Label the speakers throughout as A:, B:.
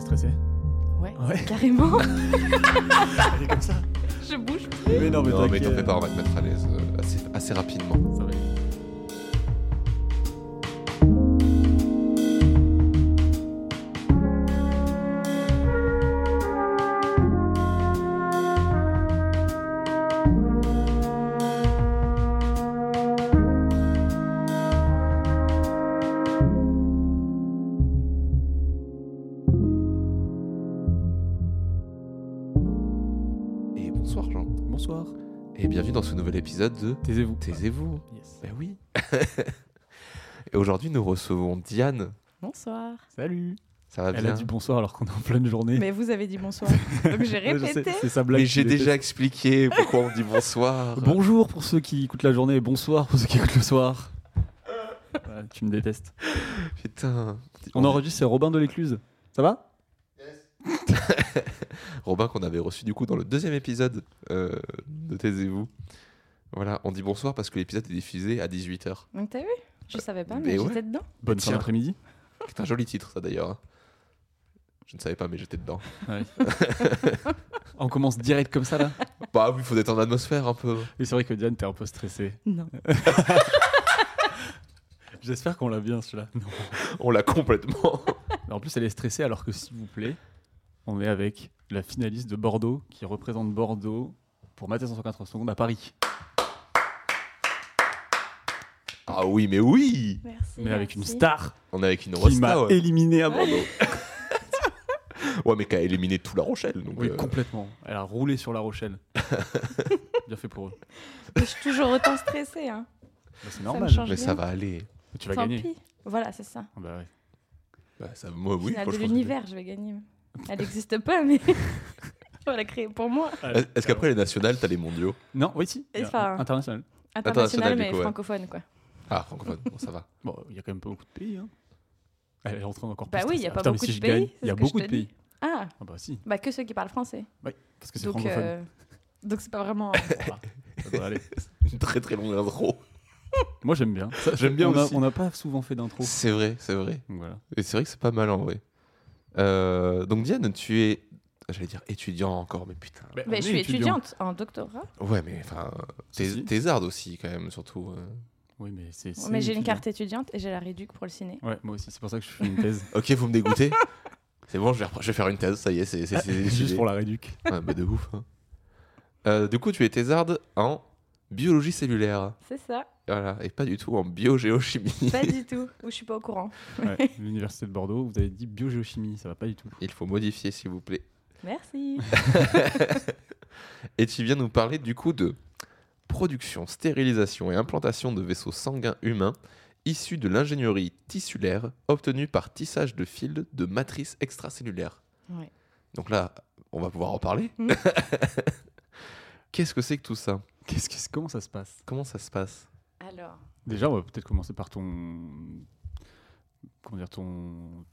A: stressé.
B: Ouais,
A: Ouais.
B: carrément.
A: Elle est comme ça.
B: je bouge plus.
A: Mais non, mais
C: Non, mais t'en
A: t'inquiète.
C: fais pas, on va te mettre à l'aise euh, assez, assez rapidement.
A: Ça va aller.
C: Et bonsoir, Jean.
A: Bonsoir.
C: Et bienvenue dans ce nouvel épisode de
A: Taisez-vous.
C: Taisez-vous.
A: Yes.
C: Ben oui. Et aujourd'hui, nous recevons Diane.
B: Bonsoir.
A: Salut.
C: Ça va
A: Elle a
C: Ah, bien
A: dit bonsoir alors qu'on est en pleine journée.
B: Mais vous avez dit bonsoir. Donc j'ai
A: Ouais, je sais,
B: répété.
A: C'est sa blague.
C: Mais j'ai
A: qui
C: déjà expliqué pourquoi on dit bonsoir.
A: Bonjour pour ceux qui écoutent la journée et bonsoir pour ceux qui écoutent le soir. Voilà, tu me détestes.
C: Putain.
A: On enregistre, c'est Robin de l'Écluse. Ça va
C: Robin qu'on avait reçu du coup dans le deuxième épisode euh, de Taisez-vous. Voilà, on dit bonsoir parce que l'épisode est diffusé à 18h.
B: Donc t'as vu Je savais pas,
C: Mais
B: mais,
C: ouais.
B: j'étais dedans.
A: Bonne fin
C: Tiens.
A: d'après-midi.
C: C'est un joli titre ça d'ailleurs. hein. Je ne savais pas mais j'étais dedans.
A: On commence direct comme ça là.
C: Bah oui, il faut être en atmosphère un peu.
A: Et c'est vrai que Diane, t'es un peu stressée.
B: Non.
A: J'espère qu'on l'a bien celui-là.
C: On l'a complètement.
A: Mais En plus, elle est stressée alors que, s'il vous plaît, on est avec la finaliste de Bordeaux qui représente Bordeaux pour mater 150 secondes à Paris.
C: Ah oui, mais oui
B: Merci.
A: Mais avec une
B: merci.
A: star
C: On est avec une
A: qui m'a
C: rosta. Ouais.
A: éliminé à Bordeaux.
C: Ouais, mais qui a éliminé tout La Rochelle. Donc,
A: Oui,
C: euh,
A: complètement. Elle a roulé sur La Rochelle. bien fait pour eux.
B: Je suis toujours autant stressée. Hein.
A: Bah, c'est
B: Ça me
A: normal.
B: change
C: mais
B: rien.
C: ça va aller.
A: Tu vas
B: Tant
A: gagner.
B: pis. Voilà, c'est ça.
A: Ah bah ouais.
C: Bah, ça, moi, oui,
B: Finale
C: moi,
B: de
C: je pense que-
B: l'univers, je vais gagner. Elle n'existe pas, mais on l'a créée pour moi.
C: Est- Est-ce qu'après les nationales, t'as les mondiaux
A: Euh, Non, oui, si.
B: Et
A: Il y a
B: enfin-
A: un- International.
C: International,
B: Internationale,
C: du
B: mais
C: coup, ouais.
B: francophone, quoi.
C: Ah, francophone, bon, ça va.
A: Bon, il y a quand même pas beaucoup de pays. Hein. Elle est en train encore
B: Bah
A: plus
B: oui, il y a
A: stressée.
B: pas
A: Putain, mais
B: beaucoup
A: si
B: de
A: je
B: pays,
A: gagne,
B: c'est
A: Il y a
B: ce que je
A: beaucoup
B: te
A: de pays.
B: Ah,
A: Ah bah si,
B: bah que ceux qui parlent français.
A: parce que c'est
B: Donc,
A: francophone.
B: euh, donc c'est pas vraiment.
A: Voilà. Ça doit aller.
C: Une très très longue intro.
A: Moi j'aime bien.
C: J'aime bien
A: on a-
C: aussi.
A: on n'a pas souvent fait d'intro.
C: C'est vrai, c'est vrai.
A: Donc voilà.
C: Et c'est vrai que c'est pas mal en vrai. Euh, donc Diane, tu es, j'allais dire étudiant encore, mais putain.
A: Bah,
B: Mais Bah, je suis étudiante en doctorat.
C: Ouais, mais enfin,
A: Si,
C: tes
A: si.
C: thésarde aussi quand même, surtout. euh.
A: Oui, mais c'est. c'est
B: Mais j'ai une
A: étudiant.
B: carte étudiante et j'ai la réduc pour le ciné.
A: Ouais, moi aussi, c'est pour ça que je fais une thèse.
C: Ok, vous me dégoûtez. c'est bon, je vais, repre- je vais faire une thèse, ça y est, c'est c'est- c'est décidé.
A: Juste pour la réduc.
C: Ouais, bah, de ouf. hein. Euh, du coup, tu es thésarde en biologie cellulaire,
B: C'est ça,
C: voilà, et pas du tout en biogéochimie.
B: pas du tout. Ou je suis pas au courant.
A: Ouais, L'université de Bordeaux, vous avez dit biogéochimie, ça va pas du tout.
C: Il faut modifier, s'il vous plaît.
B: Merci.
C: Et tu viens nous parler du coup de production, stérilisation et implantation de vaisseaux sanguins humains issus de l'ingénierie tissulaire obtenue par tissage de fils de matrices extracellulaires.
B: Ouais.
C: Donc là, on va pouvoir en parler.
B: Mm.
C: Qu'est-ce que c'est que tout ça
A: Qu'est-ce que, comment ça se passe
C: Comment ça se passe
B: Alors,
A: Déjà, on va peut-être commencer par ton. Comment dire, ton.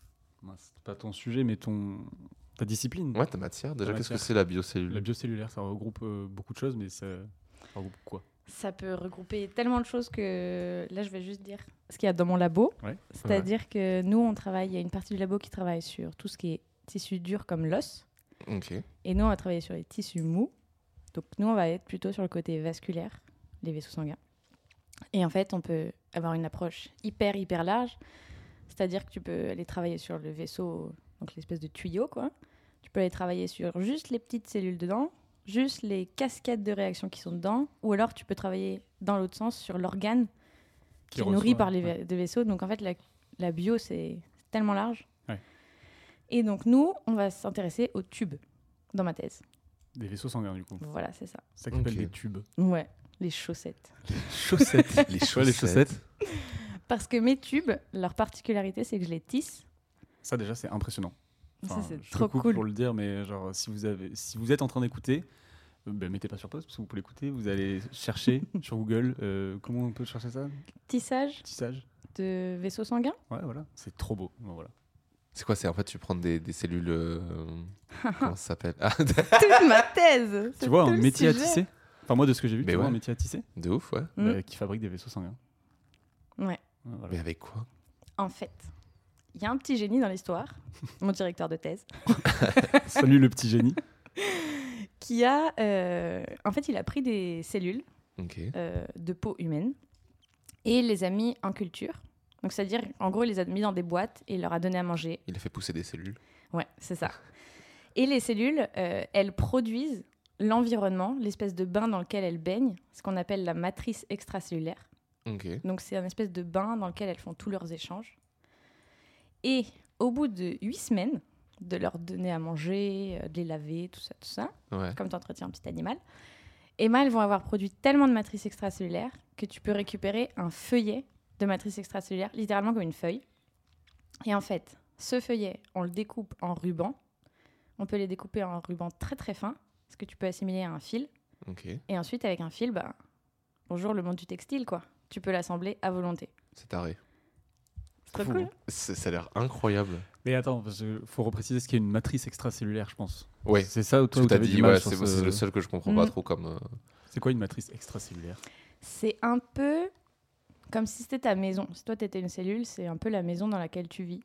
A: mince, c'est pas ton sujet, mais ton. Ta discipline.
C: Ouais, ta matière, déjà,
A: Ta
C: qu'est-ce que
A: matière.
C: c'est la biocellule
A: La biocellulaire, ça regroupe euh, beaucoup de choses, mais ça, ça regroupe quoi
B: ça peut regrouper tellement de choses que là, je vais juste dire ce qu'il y a dans mon labo.
A: Ouais.
B: C'est-à-dire que nous, on travaille, il y a une partie du labo qui travaille sur tout ce qui est tissu dur comme l'os.
C: Ok.
B: Et nous, on va travailler sur les tissus mous. Donc, nous, on va être plutôt sur le côté vasculaire, les vaisseaux sanguins. Et en fait, on peut avoir une approche hyper, hyper large. C'est-à-dire que tu peux aller travailler sur le vaisseau, donc l'espèce de tuyau, quoi. Tu peux aller travailler sur juste les petites cellules dedans, juste les cascades de réactions qui sont dedans. Ou alors, tu peux travailler dans l'autre sens sur l'organe qui est
A: reçoit-
B: nourri par les
A: ouais.
B: va- des vaisseaux. Donc en fait, la, la bio, c'est tellement large.
A: Ouais.
B: Et donc nous, on va s'intéresser aux tubes dans ma thèse.
A: Des vaisseaux sanguins, du coup.
B: Voilà, c'est ça.
A: Ça qui s'appelle
C: Ok.
A: des tubes.
B: Ouais, les chaussettes.
A: Chaussettes.
C: Les
A: Ouais, les chaussettes.
B: Parce que mes tubes, leur particularité, c'est que je les tisse.
A: Ça, déjà, c'est impressionnant.
B: Ça,
A: Enfin,
B: c'est
A: je te
B: trop
A: coupe
B: cool.
A: pour le dire, mais genre si vous avez, si vous êtes en train d'écouter, euh, ben, mettez pas sur pause parce que vous pouvez l'écouter. Vous allez chercher sur Google euh, comment on peut chercher ça,
B: Tissage
A: tissage.
B: de vaisseaux sanguins
A: Ouais, voilà, c'est trop beau. Bon, voilà.
C: C'est quoi C'est en fait, tu prends des, des cellules. euh, comment ça s'appelle Ah,
B: Toute ma thèse c'est
A: Tu vois
B: tout
A: un
B: le
A: métier à
B: sujet.
A: tisser. Enfin moi de ce que j'ai vu,
C: Mais
A: tu vois
C: ouais.
A: un métier à tisser ben,
C: De ouf, ouais.
B: Mm.
A: euh, qui fabrique des vaisseaux sanguins.
B: Ouais.
A: Voilà.
C: Mais avec quoi
B: En fait, il y a un petit génie dans l'histoire, mon directeur de thèse,
A: Salut le petit génie.
B: qui a. euh, en fait, il a pris des cellules
C: Ok.
B: euh, de peau humaine et les a mis en culture. Donc, c'est-à-dire, en gros, il les a mis dans des boîtes et il leur a donné à manger.
C: Il a fait pousser des cellules.
B: Ouais, c'est ça. Et les cellules, euh, elles produisent l'environnement, l'espèce de bain dans lequel elles baignent, ce qu'on appelle la matrice extracellulaire.
C: Ok.
B: Donc c'est un espèce de bain dans lequel elles font tous leurs échanges. Et au bout de huit semaines, de leur donner à manger, euh, de les laver, tout ça, tout ça,
C: Ouais.
B: comme tu entretiens un petit animal, Emma, elles vont avoir produit tellement de matrice extracellulaire que tu peux récupérer un feuillet de matrice extracellulaire, littéralement comme une feuille. Et en fait, ce feuillet, on le découpe en ruban. On peut les découper en ruban très très fin, ce que tu peux assimiler à un fil.
C: Ok.
B: Et ensuite, avec un fil, bah, bonjour le monde du textile, quoi. Tu peux l'assembler à volonté.
C: C'est taré.
B: C'est trop
A: Fou,
B: cool.
A: hein.
C: C'est- Ça a l'air incroyable.
A: Mais attends, parce que faut repréciser ce qu'est une matrice extracellulaire, je pense.
C: Ouais.
A: C'est ça,
C: Ce
A: toi,
C: que
A: où
C: t'as
A: t'avais du
C: dit,
A: mal
C: ouais,
A: sur
C: c'est
A: ce-
C: c'est le seul que je comprends pas
B: Mhm.
C: trop comme. euh,
A: C'est quoi une matrice extracellulaire
B: C'est un peu comme si c'était ta maison. Si toi, tu étais une cellule, c'est un peu la maison dans laquelle tu vis.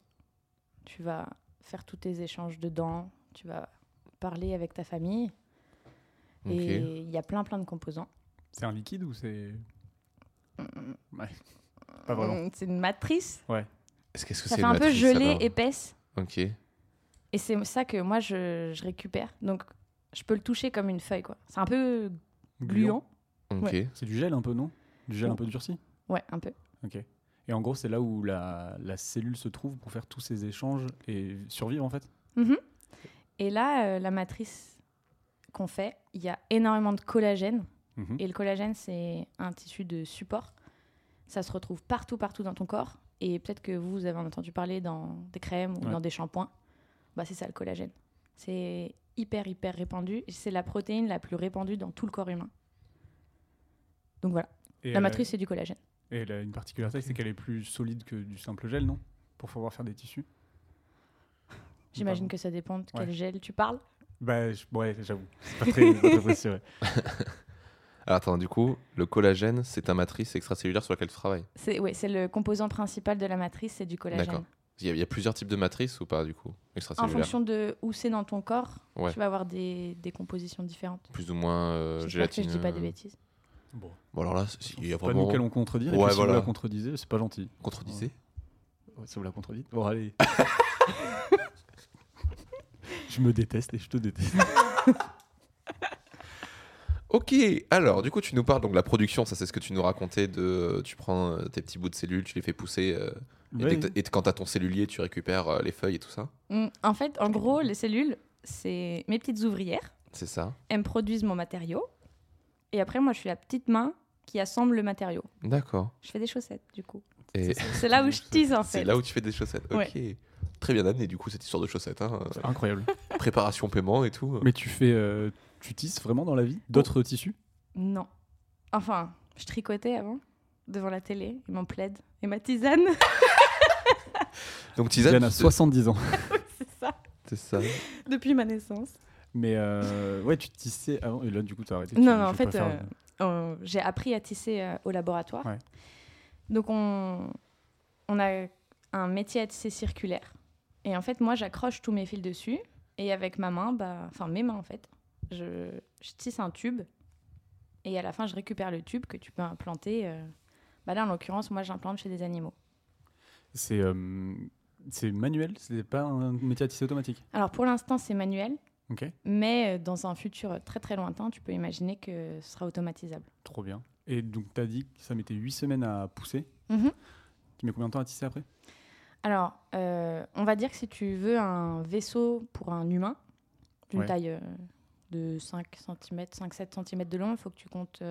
B: Tu vas faire tous tes échanges dedans, tu vas parler avec ta famille.
C: Ok.
B: Et il y a plein, plein de composants.
A: C'est un liquide ou c'est.
B: Mm,
C: Mmh.
A: Ouais. Pas vraiment.
B: mm, C'est une matrice.
C: Est-ce qu'est-ce que
B: Ça
C: c'est
B: fait un peu
C: matrice,
B: gelée,
C: alors
B: épaisse.
C: Ok.
B: Et c'est ça que moi, je, je récupère. Donc, je peux le toucher comme une feuille, quoi. C'est un peu gluant.
C: Ok.
B: Ouais.
A: C'est du gel un peu, non Du gel un peu durci
B: Ouais, un peu.
A: Ok. Et en gros, c'est là où la, la cellule se trouve pour faire tous ces échanges et survivre, en fait
B: Mhm. Et là, euh, la matrice qu'on fait, il y a énormément de collagène.
A: Mhm.
B: Et le collagène, c'est un tissu de support. Ça se retrouve partout, partout dans ton corps. Et peut-être que vous, vous avez entendu parler dans des crèmes ou
A: Ouais.
B: dans des shampoings. Bah, c'est ça le collagène. C'est hyper, hyper répandu. Et c'est la protéine la plus répandue dans tout le corps humain. Donc voilà,
A: Et
B: la
A: elle a-
B: matrice, c'est du collagène.
A: Et elle a une particularité, c'est qu'elle est plus solide que du simple gel, non Pour pouvoir faire des tissus
B: J'imagine
A: Pardon.
B: que ça dépend de
A: Ouais.
B: quel gel tu parles.
A: Bah, je- ouais, j'avoue. C'est pas très, pas très précis, ouais.
C: Alors attends, du coup, le collagène, c'est un matrice extracellulaire sur laquelle tu travailles.
B: C'est ouais, c'est le composant principal de la matrice, c'est du
C: D'accord.
B: collagène.
C: Il y, a- il y a plusieurs types de matrices ou pas, du coup
B: En
C: Extracellulaire.
B: fonction de où c'est dans ton corps,
C: Ouais.
B: tu vas avoir des, des compositions différentes.
C: Plus ou moins euh,
B: J'espère que
C: gélatine.
B: je dis pas des bêtises.
A: Bon.
C: Bon, alors là, c'est- il y a
A: Pas nous
C: vraiment.
A: qu'allons contredire.
C: Ouais,
A: et puis, Si
C: voilà.
A: vous la contredisez, c'est pas gentil.
C: Contredisez
A: Ouais, Ça vous la contredit Bon, allez. je me déteste et je te déteste.
C: Ok, alors du coup tu nous parles donc de la production, ça c'est ce que tu nous racontais de tu prends euh, tes petits bouts de cellules, tu les fais pousser euh, et,
A: Ouais.
C: dès que t'as- et quand t'as ton cellulier tu récupères euh, les feuilles et tout ça.
B: Mm, En fait, en gros, les cellules, c'est mes petites ouvrières.
C: C'est ça.
B: Elles me produisent mon matériau. Et après, moi, je suis la petite main qui assemble le matériau.
C: D'accord.
B: Je fais des chaussettes, du coup.
C: Et
B: C'est là où je tise, en
C: c'est
B: fait.
C: là où tu fais des chaussettes. Ok. Très bien amené du coup cette histoire de chaussettes. hein.
A: C'est Incroyable.
C: Préparation, paiement et tout.
A: Mais tu fais. euh, tu tisses vraiment dans la vie d'autres tissus
B: Non. Enfin, je tricotais avant, devant la télé, et mon plaid, et ma tisane.
A: Diane
C: Donc tisane,
A: a
C: c'est-
A: 70 ans.
B: c'est ça,
C: c'est ça.
B: depuis ma naissance.
A: Mais euh, ouais, tu tissais avant. Et là, du coup, t'as arrêté.
B: Non,
A: Tu-
B: non, en
A: je
B: fait,
A: préfère-
B: euh, Euh, j'ai appris à tisser euh, au laboratoire.
A: Ouais.
B: Donc on, on a un métier à tisser circulaire. Et en fait, moi, j'accroche tous mes fils dessus. Et avec ma main, bah, enfin mes mains en fait, je, je tisse un tube. Et à la fin, je récupère le tube que tu peux implanter. euh. Bah là, en l'occurrence, moi, j'implante chez des animaux.
A: C'est. euh, c'est manuel, c'est pas un métier à tisser automatique.
B: Alors pour l'instant, c'est manuel.
A: Ok,
B: Mais euh, dans un futur euh, très très lointain, tu peux imaginer que ce sera automatisable.
A: trop bien. Et donc, t'as dit que ça mettait 8 semaines à pousser.
B: Mhm.
A: Tu mets combien de temps à tisser après
B: Alors, euh, on va dire que si tu veux un vaisseau pour un humain, d'une
A: Ouais.
B: taille euh, de 5 cm, 5-7 cm de long, il faut que tu comptes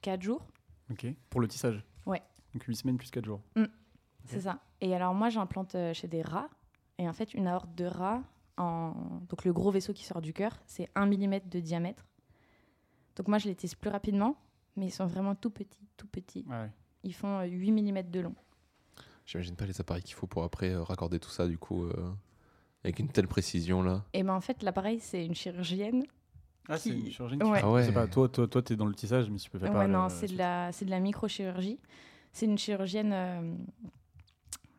B: 4 jours.
A: Ok. Pour le tissage
B: Ouais.
A: Donc 8 semaines plus 4 jours.
B: C'est ça. Et alors, moi, j'implante euh, chez des rats. Et en fait, une aorte de rat, en... donc le gros vaisseau qui sort du cœur, c'est 1 mm de diamètre. Donc, moi, je les tisse plus rapidement, mais ils sont vraiment tout petits, tout petits.
A: Ah ouais.
B: Ils font euh, 8 mm de long.
C: J'imagine pas les appareils qu'il faut pour après euh, raccorder tout ça du coup euh, avec une telle précision là.
B: Et ben en fait, l'appareil, c'est une chirurgienne.
A: Ah, c'est
B: Qui-
A: une chirurgienne
B: Ouais.
A: qui fait-
C: Ah ouais.
A: C'est pas, toi, toi, toi, t'es dans le tissage, mais tu peux faire
B: Ouais,
A: pas euh, le-
B: non, c'est de, la, c'est de la microchirurgie. C'est une chirurgienne. euh,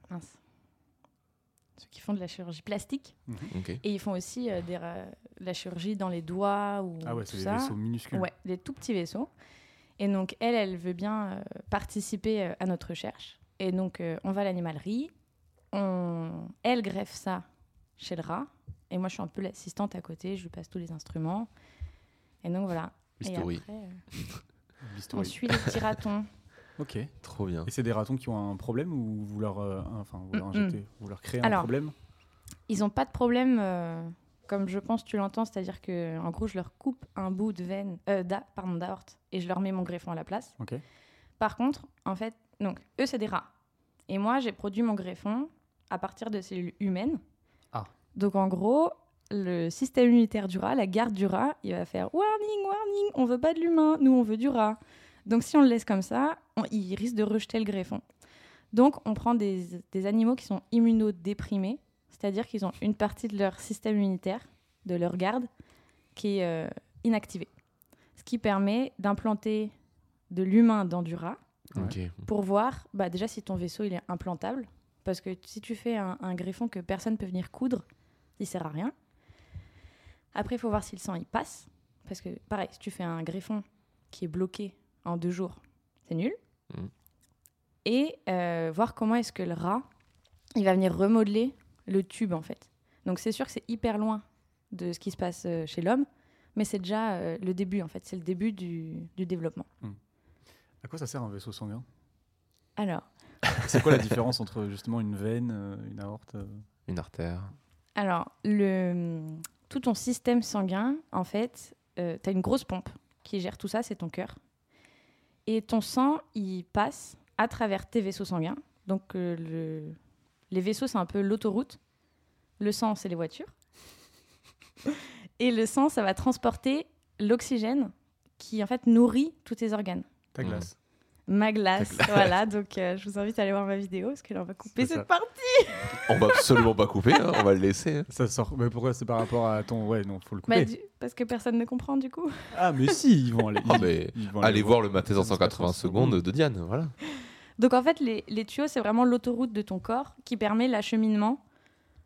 B: mince. ceux qui font de la chirurgie plastique.
C: Ok.
B: Et ils font aussi euh, des ra- la chirurgie dans les doigts ou
A: Ah ouais,
B: tout
A: c'est des
B: ça.
A: vaisseaux minuscules.
B: Ouais, des tout petits vaisseaux. Et donc, elle, elle veut bien euh, participer euh, à notre recherche. Et donc, euh, on va à l'animalerie. On... Elle greffe ça chez le rat. Et moi, je suis un peu l'assistante à côté. Je lui passe tous les instruments. Et donc, voilà. Et
C: Bistouri.
B: après, euh, on
A: Bistouri.
B: suit les petits ratons.
A: Ok. Et
C: Trop bien.
A: c'est des ratons qui ont un problème ou vous leur, euh, enfin, vous leur
B: Mm-mm.
A: injectez, vous leur créez un
B: Alors,
A: problème
B: Ils n'ont pas de problème, euh, comme je pense tu l'entends. C'est-à-dire que, en gros, je leur coupe un bout de veine, euh, d'a- pardon, d'aorte. Et je leur mets mon greffon à la place.
A: Ok.
B: Par contre, en fait, donc eux, c'est des rats. Et moi, j'ai produit mon greffon à partir de cellules humaines.
A: Ah.
B: Donc en gros, le système immunitaire du rat, la garde du rat, il va faire warning, warning, on veut pas de l'humain, nous on veut du rat. Donc si on le laisse comme ça, on- il risque de rejeter le greffon. Donc on prend des, des animaux qui sont immunodéprimés, c'est-à-dire qu'ils ont une partie de leur système immunitaire, de leur garde, qui est euh, inactivée. Ce qui permet d'implanter de l'humain dans du rat
A: Ouais.
C: Ok.
B: pour voir bah, déjà si ton vaisseau il est implantable. Parce que si tu fais un, un greffon que personne peut venir coudre, il sert à rien. Après, il faut voir si le sang il passe. Parce que pareil, si tu fais un greffon qui est bloqué en deux jours, c'est nul.
C: Mhm.
B: Et euh, voir comment est-ce que le rat, il va venir remodeler le tube en fait. Donc c'est sûr que c'est hyper loin de ce qui se passe euh, chez l'homme, mais c'est déjà euh, le début en fait. C'est le début du, du développement.
A: À quoi ça sert un vaisseau sanguin
B: Alors,
A: C'est quoi la différence entre justement une veine, euh, une aorte euh,
C: Une artère.
B: Alors, le, mm, tout ton système sanguin, en fait, tu as une grosse pompe qui gère tout ça, c'est ton cœur. Et ton sang, il passe à travers tes vaisseaux sanguins. Donc, euh, le- les vaisseaux, c'est un peu l'autoroute. Le sang, c'est les voitures. Et le sang, ça va transporter l'oxygène qui, en fait, nourrit tous tes organes.
A: Ta
C: Mhm.
A: glace.
B: Ma glace,
C: glace.
B: voilà. Donc, euh, je vous invite à aller voir ma vidéo parce que là, on va couper
A: C'est ça.
B: cette partie.
C: On va absolument pas couper, hein, on va le laisser. hein.
A: Ça sort. Mais pourquoi c'est par rapport à ton. Ouais, non, faut le
B: Bah,
A: couper.
B: du- parce que personne ne comprend, du coup.
A: Ah, mais si, ils vont aller.
C: Ah,
A: ils-
C: mais
A: ils vont aller
C: Allez voir le Mathès
A: 180
C: en 180 secondes de Diane, voilà.
B: Donc en fait, les, les tuyaux, c'est vraiment l'autoroute de ton corps qui permet l'acheminement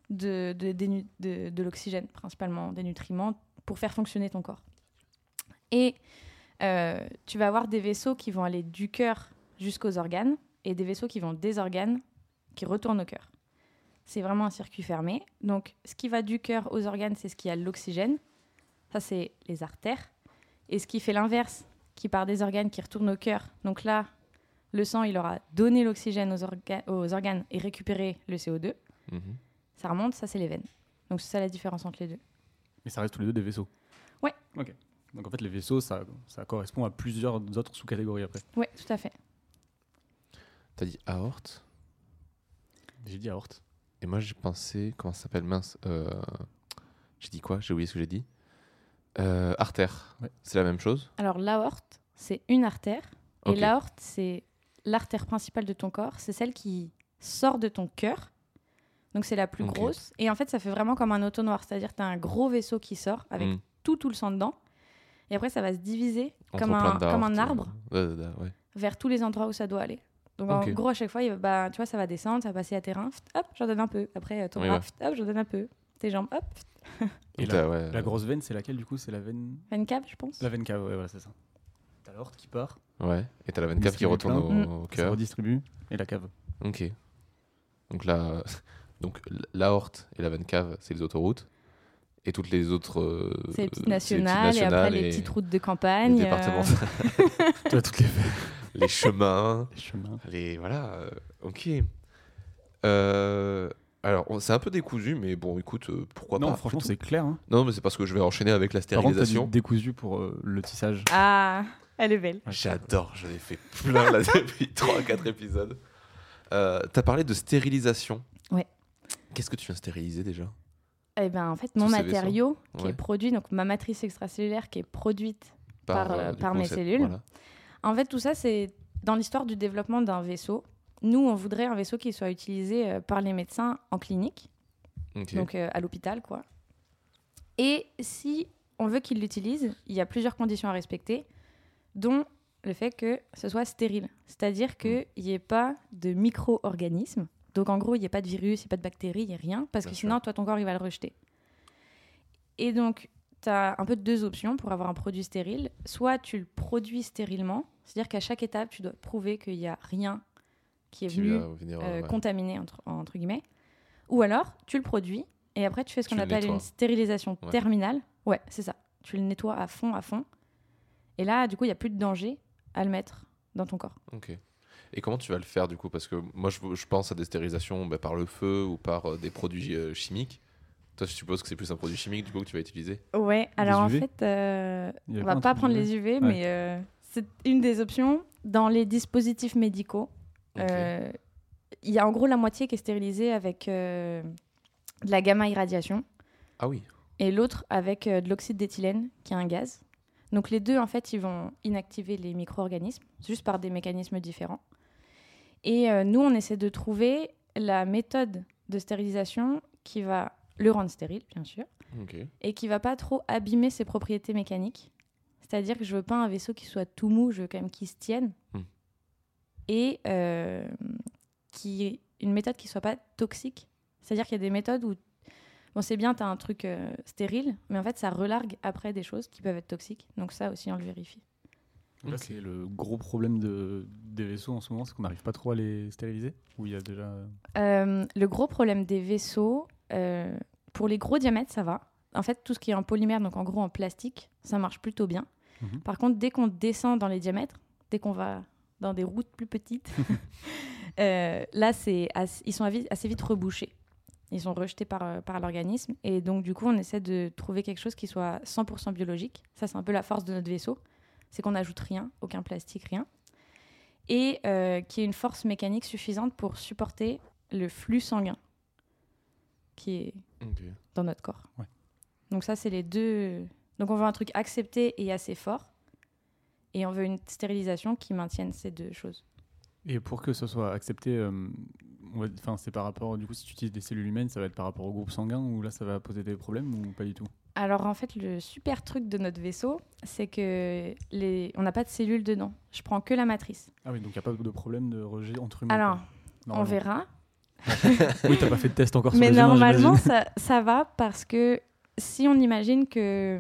B: de, de, des nu- de- de l'oxygène, principalement des nutriments, pour faire fonctionner ton corps. Et euh, tu vas avoir des vaisseaux qui vont aller du cœur jusqu'aux organes et des vaisseaux qui vont des organes qui retournent au cœur. C'est vraiment un circuit fermé. Donc ce qui va du cœur aux organes, c'est ce qui a l'oxygène. Ça, c'est les artères. Et ce qui fait l'inverse, qui part des organes qui retourne au cœur. Donc là, le sang, il aura donné l'oxygène aux, orga- aux organes et récupéré le CO2.
C: Mhm.
B: Ça remonte, ça c'est les veines. Donc c'est ça la différence entre les deux.
A: Mais ça reste tous les deux des vaisseaux.
B: Ouais.
A: Ok. Donc en fait, les vaisseaux, ça, ça correspond à plusieurs autres sous-catégories après.
B: Oui, tout à fait.
C: T'as dit aorte
A: J'ai dit aorte.
C: Et moi, j'ai pensé. Comment ça s'appelle Mince. euh, J'ai dit quoi J'ai oublié ce que j'ai dit. Euh, artère.
A: Ouais.
C: C'est la même chose
B: Alors l'aorte, c'est une artère.
C: Ok.
B: Et l'aorte, c'est l'artère principale de ton corps. C'est celle qui sort de ton cœur. Donc c'est la plus
C: Ok.
B: grosse. Et en fait, ça fait vraiment comme un entonnoir. C'est-à-dire que tu as un gros vaisseau qui sort avec
C: Mm.
B: tout, tout le sang dedans. Et après, ça va se diviser comme
C: Entre
B: un,
C: plein
B: comme un
C: d'aortes,
B: arbre.
C: euh, da, da, da, ouais.
B: vers tous les endroits où ça doit aller. Donc
C: Ok.
B: en gros, à chaque fois, il va, bah, tu vois, ça va descendre, ça va passer à tes reins, pft, hop, j'en donne un peu. Après, euh, ton
C: Oui,
B: bras,
C: ouais.
B: pft, hop, j'en donne un peu. Tes jambes, hop, pft,
A: Et
C: Donc,
A: la,
C: t'as, ouais,
A: la grosse veine, c'est laquelle du coup C'est la veine.
B: 20 câbles, je pense.
C: euh,
A: La veine cave, ouais, voilà, c'est ça. T'as l'aorte qui part,
C: Ouais. Et t'as la veine cave qui
A: Distribué
C: retourne au,
B: plein.
C: au
A: Mm. ça
C: cœur.
A: redistribue, et la cave.
C: Ok. Donc la, donc l- l'aorte et la veine cave, c'est les autoroutes. Et toutes les autres. euh,
B: C'est les petites
C: euh,
B: nationales, et après les
C: et
B: petites routes de
C: les
B: campagne.
C: départements-
B: euh,
A: tu as toutes les veines.
C: les chemins.
A: Les chemins.
C: Les voilà, euh, ok. Euh, alors, on- c'est un peu décousu, mais bon, écoute, euh, pourquoi
A: non,
C: pas
A: franchement,
C: plutôt.
A: c'est clair. Hein.
C: Non, mais c'est parce que je vais enchaîner avec la
A: Par contre, t'as dit
C: stérilisation.
A: décousu pour euh, le tissage.
B: Ah, elle est belle.
C: J'adore, j'en ai fait plein là depuis 3-4 épisodes. Euh, T'as parlé de stérilisation.
B: Ouais.
C: Qu'est-ce que tu viens stériliser déjà
B: Eh ben, en fait, mon
C: Tous ces
B: matériau qui
C: Ouais.
B: est produit, donc ma matrice extracellulaire qui est produite, Par, euh,
C: du
B: par mes
C: cette-
B: cellules.
C: voilà.
B: en fait, tout ça, c'est dans l'histoire du développement d'un vaisseau. Nous, on voudrait un vaisseau qui soit utilisé euh, par les médecins en clinique.
C: Ok.
B: donc euh, à l'hôpital, quoi. Et si on veut qu'il l'utilise, il y a plusieurs conditions à respecter, dont
C: Mm.
B: le fait que ce soit stérile, c'est-à-dire qu'il n'y ait pas de micro-organismes Donc en gros, il n'y a pas de virus, il n'y a pas de bactéries, il n'y a rien, parce
C: Bien
B: que
C: sûr.
B: sinon, toi, ton corps, il va le rejeter. Et donc, tu as un peu deux options pour avoir un produit stérile. Soit tu le produis stérilement, c'est-à-dire qu'à chaque étape, tu dois prouver qu'il n'y a rien qui est
C: Qui
B: venu
C: va venir,
B: euh,
C: euh, ouais.
B: contaminé entre, entre guillemets. Ou alors, tu le produis et après tu fais ce
C: Tu
B: qu'on
C: le
B: appelle
C: nettoies.
B: une stérilisation
C: Ouais.
B: terminale. Ouais, c'est ça. Tu le nettoies à fond, à fond. Et là, du coup, il n'y a plus de danger à le mettre dans ton corps.
C: Ok. Et comment tu vas le faire du coup Parce que moi, je, je pense à des stérilisations bah, par le feu ou par euh, des produits euh, chimiques. Toi, je suppose que c'est plus un produit chimique du coup que tu vas utiliser.
B: Ouais,
A: Des
B: alors en
A: UV?
B: fait, euh,
A: Il y
B: on
A: avait
B: va
A: un
B: pas
A: truc
B: prendre
A: de-
B: les UV, mais euh, c'est une des options. Dans les dispositifs médicaux,
C: Ok.
B: euh, il y a en gros la moitié qui est stérilisée avec euh, de la gamma-irradiation.
C: Ah oui.
B: et l'autre avec euh, de l'oxyde d'éthylène, qui est un gaz. Donc les deux, en fait, ils vont inactiver les micro-organismes, juste par des mécanismes différents. Et euh, nous, on essaie de trouver la méthode de stérilisation qui va le rendre stérile, bien sûr,
C: Ok.
B: et qui va pas trop abîmer ses propriétés mécaniques. C'est-à-dire que je veux pas un vaisseau qui soit tout mou, je veux quand même qu'il se tienne.
C: Hmm.
B: Et euh, qui, une méthode qui soit pas toxique. C'est-à-dire qu'il y a des méthodes où, bon, c'est bien, tu as un truc euh, stérile, mais en fait, ça relargue après des choses qui peuvent être toxiques. Donc, ça aussi, on le vérifie.
A: Là,
C: Ok.
A: C'est le gros problème de, des vaisseaux en ce moment, c'est qu'on n'arrive pas trop à les stériliser. Où il y a déjà.
B: Euh, le gros problème des vaisseaux, euh, pour les gros diamètres, ça va. En fait, tout ce qui est en polymère, donc en gros en plastique, ça marche plutôt bien.
A: Mhm.
B: Par contre, dès qu'on descend dans les diamètres, dès qu'on va dans des routes plus petites, euh, là, c'est ass- ils sont avi- assez vite rebouchés. Ils sont rejetés par, euh, par l'organisme. Et donc, du coup, on essaie de trouver quelque chose qui soit 100% biologique. Ça, c'est un peu la force de notre vaisseau. C'est qu'on n'ajoute rien, aucun plastique, rien. Et euh, qui ait une force mécanique suffisante pour supporter le flux sanguin qui est
C: Ok.
B: dans notre corps.
A: Ouais.
B: Donc ça, c'est les deux. Donc on veut un truc accepté et assez fort. Et on veut une stérilisation qui maintienne ces deux choses.
A: Et pour que ce soit accepté, euh, on va- enfin, c'est par rapport. Du coup, si tu utilises des cellules humaines, ça va être par rapport au groupe sanguin où là, ça va poser des problèmes ou pas du tout
B: Alors en fait, le super truc de notre vaisseau, c'est que les... on n'a pas de cellules dedans. Je prends que la matrice.
A: Ah oui, donc il n'y a pas de problème de rejet entre humains.
B: Alors,
A: quoi,
B: on
A: normalement.
B: verra.
A: Oui, t'as pas fait de test encore
B: Mais
A: sur les humains,
B: normalement,
A: j'imagine.
B: ça, ça va parce que si on imagine que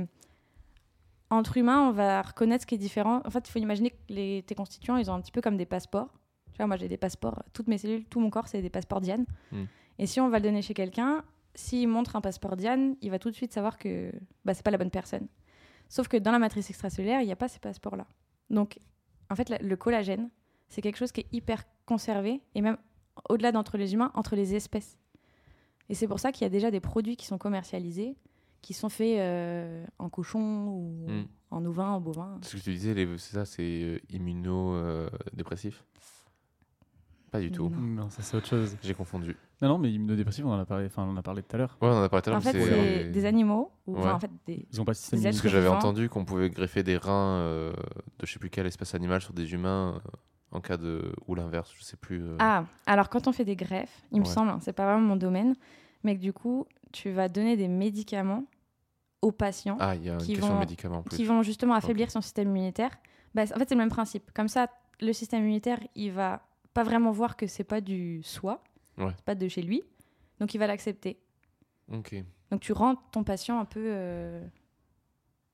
B: entre humains, on va reconnaître ce qui est différent. En fait, il faut imaginer que les, tes constituants, ils ont un petit peu comme des passeports. Tu vois, moi, j'ai des passeports. Toutes mes cellules, tout mon corps, c'est des passeports Diane.
C: Mm.
A: Hmm.
B: Et si on va le donner chez quelqu'un, s'il montre un passeport Diane, il va tout de suite savoir que bah, c'est pas la bonne personne. Sauf que dans la matrice extracellulaire, il n'y a pas ces passeports-là. Donc, en fait, la- le collagène, c'est quelque chose qui est hyper conservé, et même au-delà d'entre les humains, entre les espèces. Et c'est pour ça qu'il y a déjà des produits qui sont commercialisés, qui sont faits euh, en cochon ou
C: Mm.
B: en ovin, en bovin.
C: Ce que tu disais, les- c'est ça, c'est euh, immuno-dépressif Pas du tout.
B: Non.
A: Non, ça c'est autre chose.
C: J'ai confondu.
A: Non, non, mais immunodépressifs, on en a parlé, enfin, on en a parlé tout à l'heure.
C: Ouais, on en a parlé tout à l'heure.
B: En fait,
C: mais
B: c'est des animaux, ou enfin,
C: Ouais.
B: en fait, des...
A: Ils ont pas de système
B: Des êtres
C: Parce que
A: immunitaire.
C: j'avais
B: vivants.
C: entendu qu'on pouvait greffer des reins euh, de je sais plus quelle espèce animale sur des humains euh, en cas de. ou l'inverse, je sais plus. euh.
B: Ah, alors quand on fait des greffes, il me
C: Ouais.
B: semble, hein, c'est pas vraiment mon domaine, mais que du coup, tu vas donner des médicaments aux patients
C: Ah, il y a une
B: qui
C: question
B: vont-
C: de médicaments en plus.
B: qui vont justement affaiblir son système immunitaire. Bah, en fait, c'est le même principe. Comme ça, le système immunitaire, il va pas vraiment voir que c'est pas du soi,
C: Ouais.
B: c'est pas de chez lui, donc il va l'accepter.
C: Ok.
B: Donc tu rends ton patient un peu euh,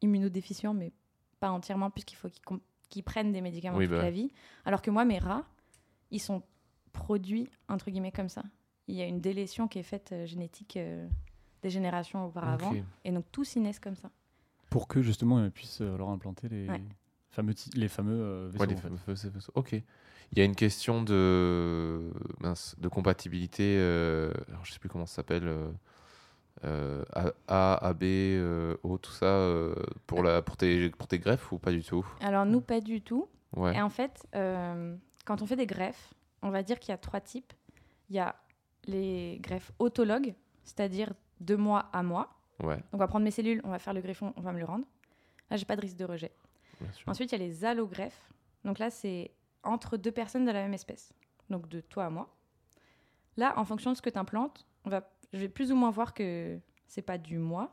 B: immunodéficient, mais pas entièrement, puisqu'il faut qu'il com- qu'il prenne des médicaments
C: Oui,
B: toute
C: bah
B: la vie. Alors que moi, mes rats, ils sont produits, entre guillemets, comme ça. Il y a une délétion qui est faite euh, génétique euh, des générations auparavant.
C: Ok.
B: Et donc tous ils naissent comme ça.
A: Pour que justement, ils puissent euh, leur implanter les
B: Ouais.
A: fameux, ti- les fameux euh, vaisseaux.
C: Ouais, les
A: en fait.
C: fameux feux- feux- feux- Ok. Il y a une question de, mince, de compatibilité. euh, alors, je sais plus comment ça s'appelle. euh, euh, A, A, AB, euh, O, tout ça. euh, pour, la, pour, tes, pour tes greffes ou pas du tout
B: Alors nous, pas du tout.
C: Ouais.
B: Et en fait, euh, quand on fait des greffes, on va dire qu'il y a trois types. Il y a les greffes autologues, c'est-à-dire de moi à moi.
C: Ouais,
B: Donc on va prendre mes cellules, on va faire le greffon, on va me le rendre. Là, j'ai pas de risque de rejet.
C: bien sûr.
B: Ensuite, il y a les allogreffes. Donc là, c'est entre deux personnes de la même espèce. Donc de toi à moi. Là, en fonction de ce que tu implantes, on va, je vais plus ou moins voir que c'est pas du moi,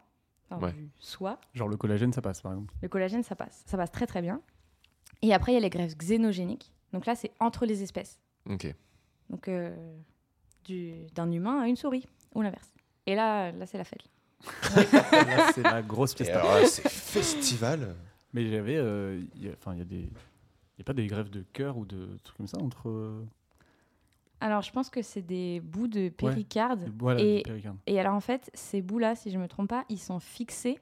B: enfin,
C: Ouais.
B: du soi.
A: Genre le collagène, ça passe par exemple.
B: Le collagène, ça passe. Ça passe très très bien. Et après, il y a les greffes xénogéniques. Donc là, c'est entre les espèces.
C: Ok.
B: Donc euh, du- d'un humain à une souris, ou l'inverse. Et là, là c'est la fête.
A: Là, c'est la grosse
C: Et
A: fiesta.
C: alors là, c'est festival.
A: euh, Mais j'avais. euh, y a- Enfin, il y a des. Il n'y a pas des grèves de cœur ou de trucs comme ça entre. euh,
B: Alors, je pense que c'est des bouts de péricarde.
A: Voilà,
B: Et-
A: du péricarde.
B: Et alors, en fait, ces bouts-là, si je me trompe pas, ils sont fixés.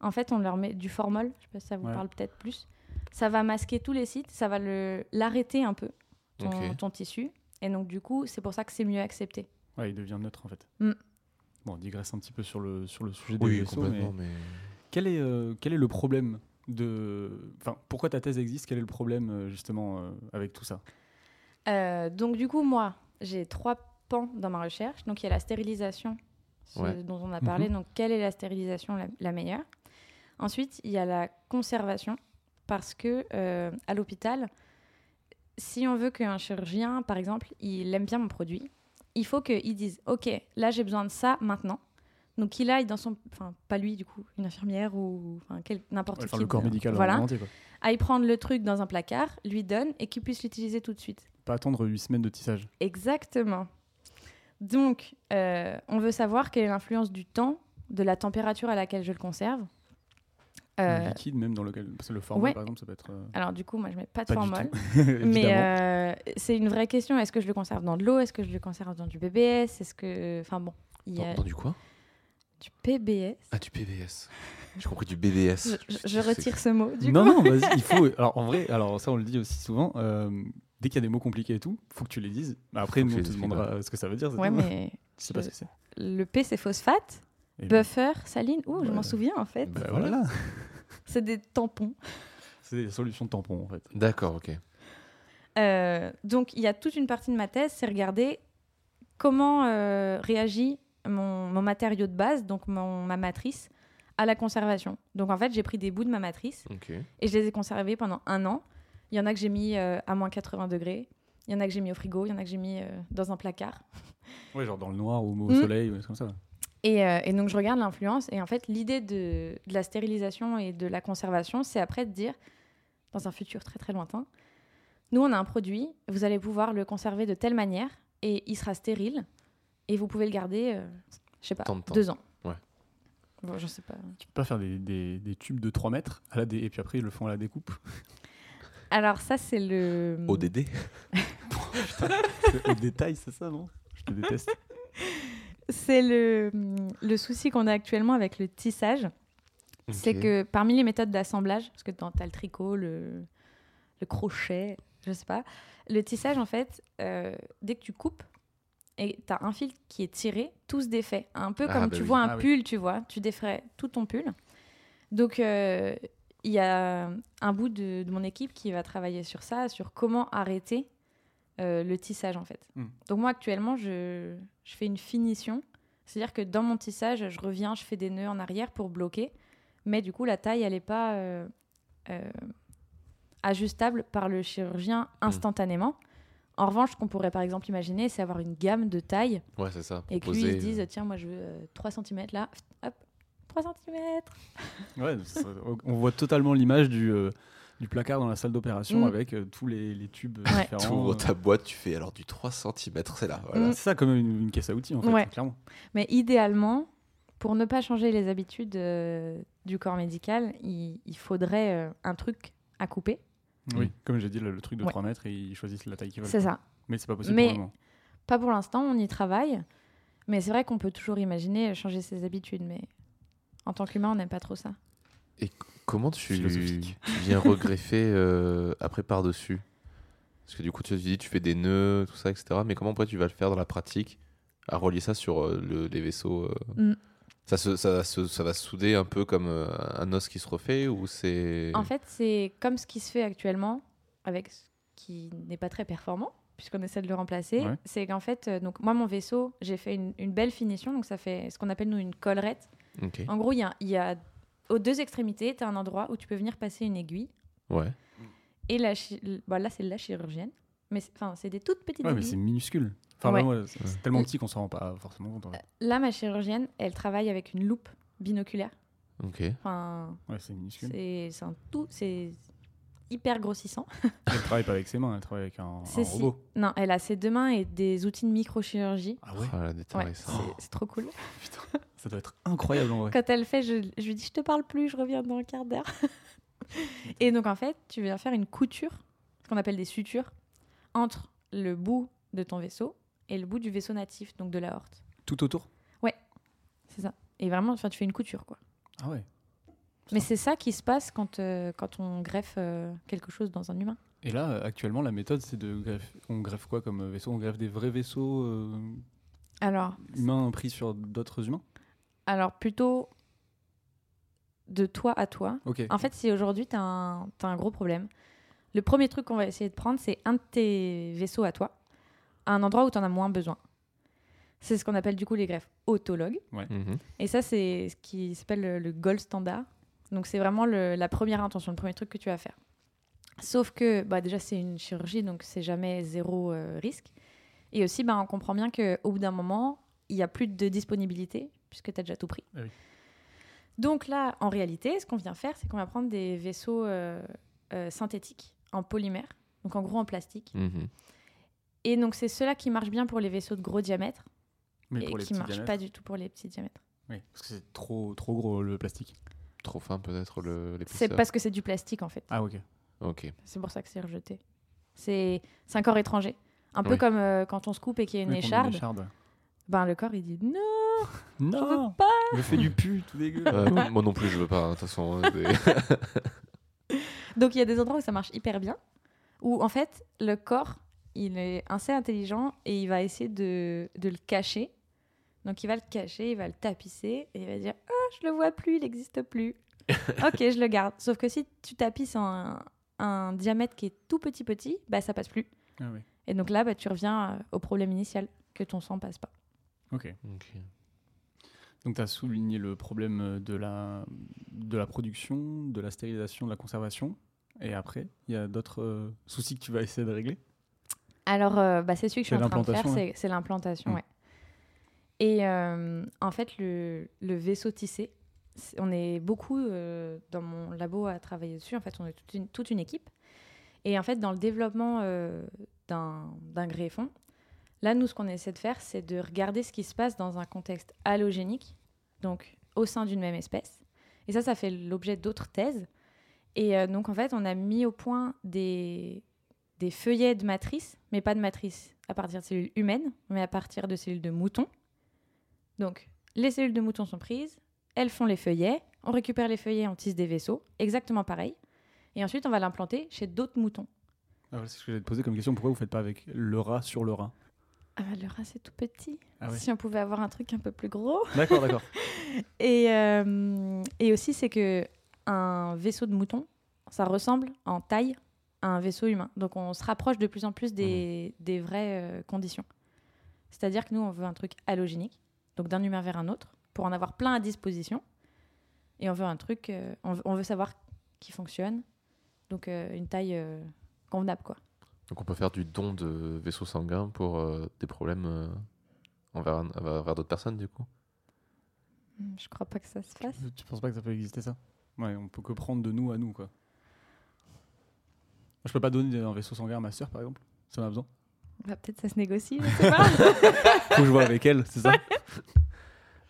B: En fait, on leur met du formol, je sais pas si ça vous
A: Ouais.
B: parle peut-être plus. Ça va masquer tous les sites, ça va le- l'arrêter un peu, ton,
C: Ok.
B: ton tissu. Et donc, du coup, c'est pour ça que c'est mieux accepté.
A: Ouais, il devient neutre en fait.
B: Mm.
A: Bon, on digresse un petit peu sur le, sur le sujet des
C: Oui,
A: vaisseaux, mais
C: complètement, mais...
A: quel est, euh, quel est le problème de... Enfin, pourquoi ta thèse existe Quel est le problème euh, justement euh, avec tout ça
B: Euh, donc du coup, moi, j'ai trois pans dans ma recherche. Donc il y a la stérilisation ce
C: Ouais.
B: dont on a parlé. Donc quelle est la stérilisation la, la meilleure Ensuite, il y a la conservation parce que euh, à l'hôpital, si on veut qu'un chirurgien, par exemple, il aime bien mon produit, il faut qu'il dise OK, là j'ai besoin de ça maintenant. Donc il aille dans son, enfin pas lui du coup, une infirmière ou enfin quel- n'importe
A: Enfin,
B: qui.
A: le corps médical en
B: Voilà,
A: entier, quoi.
B: aille prendre le truc dans un placard, lui donne et qu'il puisse l'utiliser tout de suite.
A: Pas attendre 8 semaines de tissage.
B: Exactement. Donc, euh, on veut savoir quelle est l'influence du temps, de la température à laquelle je le conserve. Euh,
A: Le liquide même dans lequel... Parce que le format
B: ouais.
A: par exemple, ça peut être... euh,
B: alors, du coup, moi, je mets pas de
A: Pas du
B: formol.
A: tout.
B: Mais
A: évidemment.
B: euh, c'est une vraie question. Est-ce que je le conserve dans de l'eau Est-ce que je le conserve dans du BBS Est-ce que. Enfin bon, il y
C: Dans,
B: a
C: dans du quoi
B: du PBS.
C: Ah, du PBS. J'ai compris du
B: Je,
C: BBS.
B: je- je retire ce mot. Du
A: non,
B: coup.
A: non, vas-y, il faut... Alors en vrai, alors ça on le dit aussi souvent, euh, dès qu'il y a des mots compliqués et tout, faut que tu les dises. Bah, après,
C: Faut que
A: nous,
C: tu
A: on
C: les
A: te
C: expliques,
A: demandera euh, ce que ça veut dire. c'est
B: Ouais,
A: tout.
B: mais
A: Je sais pas ce que c'est.
B: le P, c'est phosphate.
A: Et
B: Buffer, saline. Ouh, je
A: Ouais.
B: m'en souviens en fait.
A: bah, voilà.
B: C'est des tampons.
A: C'est des solutions de tampon en fait.
C: D'accord, ok.
B: Euh, donc, il y a toute une partie de ma thèse, c'est regarder comment euh, réagit mon, mon matériau de base, donc mon- ma matrice, à la conservation. Donc, en fait, j'ai pris des bouts de ma matrice
C: Ok.
B: et je les ai conservés pendant un an. Il y en a que j'ai mis euh, à moins 80 degrés, il y en a que j'ai mis au frigo, il y en a que j'ai mis euh, dans un placard.
A: Ouais, genre dans le noir ou au
B: Mm.
A: soleil, ou des trucs comme ça.
B: Et, euh, et donc, je regarde l'influence. Et en fait, l'idée de, de la stérilisation et de la conservation, c'est après de dire, dans un futur très très lointain, nous, on a un produit, vous allez pouvoir le conserver de telle manière, et il sera stérile, et vous pouvez le garder, euh, je sais pas,
C: Tant de temps.
B: deux ans.
C: Ouais.
B: Bon, je sais pas.
A: Tu peux pas faire des, des- des tubes de 3 mètres à la dé- et puis après ils le font à la découpe.
B: Alors, ça, c'est le.
C: ODD
A: Au détail, c'est ça, non Je te déteste.
B: C'est le, le souci qu'on a actuellement avec le tissage. C'est
C: Ok.
B: que parmi les méthodes d'assemblage, parce que tu as le tricot, le, le crochet, je sais pas, le tissage, en fait, euh, dès que tu coupes et tu as un fil qui est tiré, tout se défait. Un peu
C: Ah,
B: comme
C: bah
B: tu
C: oui.
B: vois un
A: Ah oui.
B: pull, tu vois, tu défais tout ton pull. Donc, euh, il y a un bout de, de mon équipe qui va travailler sur ça, sur comment arrêter euh, le tissage, en fait.
A: Hmm.
B: Donc, moi, actuellement, je, je fais une finition. C'est-à-dire que dans mon tissage, je reviens, je fais des nœuds en arrière pour bloquer. Mais du coup, la taille, elle n'est pas euh, euh, ajustable par le chirurgien instantanément. En revanche, ce qu'on pourrait par exemple imaginer, c'est avoir une gamme de tailles
C: Ouais, c'est ça.
B: et que lui,
C: proposer,
B: il se dise
C: euh,
B: tiens, moi, je veux euh, 3 cm là, hop, 3 cm.
A: Ouais, ça- on voit totalement l'image du, euh, du placard dans la salle d'opération
B: Mm.
A: avec euh, tous les, les tubes
B: Ouais.
A: différents. euh,
C: T'ouvres ta boîte, tu fais alors du 3 cm, c'est là. Voilà.
A: C'est ça comme une, une caisse à outils en fait,
B: Mm. Ouais.
A: clairement.
B: Mais idéalement, pour ne pas changer les habitudes euh, du corps médical, il, il faudrait euh, un truc à couper.
A: Oui, comme j'ai dit, le, le truc de
B: Ouais.
A: 3 mètres et ils choisissent la taille qu'ils veulent.
B: C'est ça.
A: Mais c'est pas possible
B: Mais-
A: pour le moment.
B: Pas pour l'instant, on y travaille. Mais c'est vrai qu'on peut toujours imaginer changer ses habitudes. Mais en tant qu'humain, on n'aime pas trop ça.
C: Comment tu,
A: Philosophique.
C: tu viens regreffer euh, après par-dessus Parce que du coup, tu te dis, tu fais des nœuds, tout ça, etc. Mais comment après tu vas le faire dans la pratique à relier ça sur euh, le- les vaisseaux euh,
B: Mm.
C: ça, se, ça, va se- ça va se souder un peu comme euh, un os qui se refait ou c'est.
B: En fait, c'est comme ce qui se fait actuellement avec ce qui n'est pas très performant, puisqu'on essaie de le remplacer.
A: Ouais.
B: C'est qu'en fait, euh, donc moi, mon vaisseau, j'ai fait une, une belle finition, donc ça fait ce qu'on appelle nous une collerette.
C: Ok.
B: En gros, il y a, il y a- aux deux extrémités, tu as un endroit où tu peux venir passer une aiguille.
C: Ouais.
B: Et la chi- l- bon, là, c'est la chirurgienne, mais c'est- enfin, c'est des toutes petites
A: Ouais, mais c'est
B: aiguilles.
A: minuscule. Enfin,
B: Ouais.
A: là, moi, c'est c'est tellement petit qu'on s'en rend pas forcément compte. en fait.
B: Là, ma chirurgienne, elle travaille avec une loupe binoculaire.
C: Ok.
B: Enfin,
A: Ouais, c'est minuscule.
B: c'est c'est un tout, c'est hyper grossissant.
A: Elle travaille pas avec ses mains, elle travaille avec Oh, un, un
B: C'est si.
A: robot.
B: Non, elle a ses deux mains et des outils de microchirurgie.
A: Ah ouais
C: Ah, la détaille,
B: Ouais,
C: ça.
B: c'est- c'est trop cool.
A: Ça doit être incroyable en vrai.
B: Quand elle fait, je, je lui dis, je te parle plus, je reviens dans un quart d'heure. et donc, en fait, tu viens faire une couture, ce qu'on appelle des sutures, entre le bout de ton vaisseau et le bout du vaisseau natif, donc de la horte.
A: Tout autour
B: C'est ça. Et vraiment, enfin, tu fais une couture, quoi.
A: Ah ouais.
B: Mais c'est ça qui se passe quand, euh, quand on greffe euh, quelque chose dans un humain.
A: Et là, euh, actuellement, la méthode, c'est de greffe. On greffe quoi comme euh, vaisseau On greffe des vrais vaisseaux euh,
B: Alors,
A: humains pris sur d'autres humains
B: alors plutôt de toi à toi.
A: Ok.
B: En fait, si aujourd'hui, tu as, un gros problème, le premier truc qu'on va essayer de prendre, c'est un de tes vaisseaux à toi, à un endroit où tu en as moins besoin. C'est ce qu'on appelle du coup les greffes autologues.
C: Mhm.
B: Et ça, c'est ce qui s'appelle le, le gold standard. Donc, c'est vraiment le- la première intention, le premier truc que tu vas faire. Sauf que, bah, déjà, c'est une chirurgie, donc c'est jamais zéro euh, risque. Et aussi, bah, on comprend bien qu'au bout d'un moment, il n'y a plus de disponibilité, puisque tu as déjà tout pris.
A: Ah oui.
B: Donc là, en réalité, ce qu'on vient faire, c'est qu'on va prendre des vaisseaux euh, euh, synthétiques en polymère, donc en gros en plastique.
C: Mhm.
B: Et donc, c'est ceux-là qui marchent bien pour les vaisseaux de gros diamètre
A: Mais
B: et
A: pour les
B: qui
A: petits
B: ne marchent
A: diamètres.
B: pas du tout pour les petits diamètres.
A: Oui, parce que c'est trop, trop gros le plastique.
C: Trop fin, peut-être, le-
B: C'est
C: l'épaisseur.
B: parce que c'est du plastique, en fait.
A: Ah ok.
C: Ok.
B: C'est pour ça que c'est rejeté. C'est c'est un corps étranger. Un peu
C: Oui.
B: comme euh, quand on se coupe et qu'il y a une
A: Oui, qu'on dit
B: écharde. Ben, le corps, il dit non, je veux
A: Non
B: pas.
A: Le fait du pu, tout dégueu. Ah
C: Euh, moi non plus, je veux pas. hein, De toute façon, hein, des-
B: Donc, il y a des endroits où ça marche hyper bien. Où, en fait, le corps, il est assez intelligent et il va essayer de, de le cacher. Donc, il va le cacher, il va le tapisser et il va dire Ah, je le vois plus, il n'existe plus. ok, je le garde. Sauf que si tu tapisses un, un diamètre qui est tout petit, petit, bah, ça passe plus.
A: Ah oui.
B: Et donc là, bah, tu reviens euh, au problème initial, que ton sang passe pas.
A: Ok.
C: Ok.
A: Donc tu as souligné le problème de la, de la production, de la stérilisation, de la conservation. Et après, il y a d'autres euh, soucis que tu vas essayer de régler.
B: Alors, euh, bah, c'est celui que je
A: C'est
B: suis en train de faire,
A: l'implantation,
B: c'est- c'est l'implantation,
A: Mm.
B: ouais. Et euh, en fait, le, le vaisseau tissé, c'est- on est beaucoup euh, dans mon labo à travailler dessus. En fait, on est toute une, toute une équipe. Et en fait, dans le développement euh, d'un d'un greffon, là, nous, ce qu'on essaie de faire, c'est de regarder ce qui se passe dans un contexte allogénique, donc au sein d'une même espèce. Et ça, ça fait l'objet d'autres thèses. Et euh, donc, en fait, on a mis au point des, des feuillets de matrice, mais pas de matrice à partir de cellules humaines, mais à partir de cellules de moutons. Donc, les cellules de moutons sont prises, elles font les feuillets, on récupère les feuillets, on tisse des vaisseaux, exactement pareil. Et ensuite, on va l'implanter chez d'autres moutons.
A: Ah, voilà, c'est ce que j'allais te poser comme question. Pourquoi vous faites pas avec le rat sur le rat
B: Ah bah, le rat, c'est tout petit.
A: Ah oui.
B: Si on pouvait avoir un truc un peu plus gros.
A: D'accord, d'accord.
B: Et, euh, et aussi, c'est que un vaisseau de mouton, ça ressemble en taille à un vaisseau humain. Donc, on se rapproche de plus en plus des, des vraies euh, conditions. C'est-à-dire que nous, on veut un truc allogénique, donc d'un humain vers un autre, pour en avoir plein à disposition. Et on veut un truc, euh, on, veut, on veut savoir qui fonctionne, donc euh, une taille euh, convenable, quoi.
C: Donc on peut faire du don de vaisseaux sanguins pour euh, des problèmes euh, envers, envers d'autres personnes du coup.
B: Hmm, Je crois pas que ça se fasse.
A: tu penses pas que ça peut exister ça Ouais, on peut que prendre de nous à nous quoi. Moi, Je peux pas donner un vaisseau sanguin à ma sœur par exemple Ça en a besoin
B: Bah, Peut-être ça se négocie, je sais pas.
A: Faut que je vois avec elle, c'est ça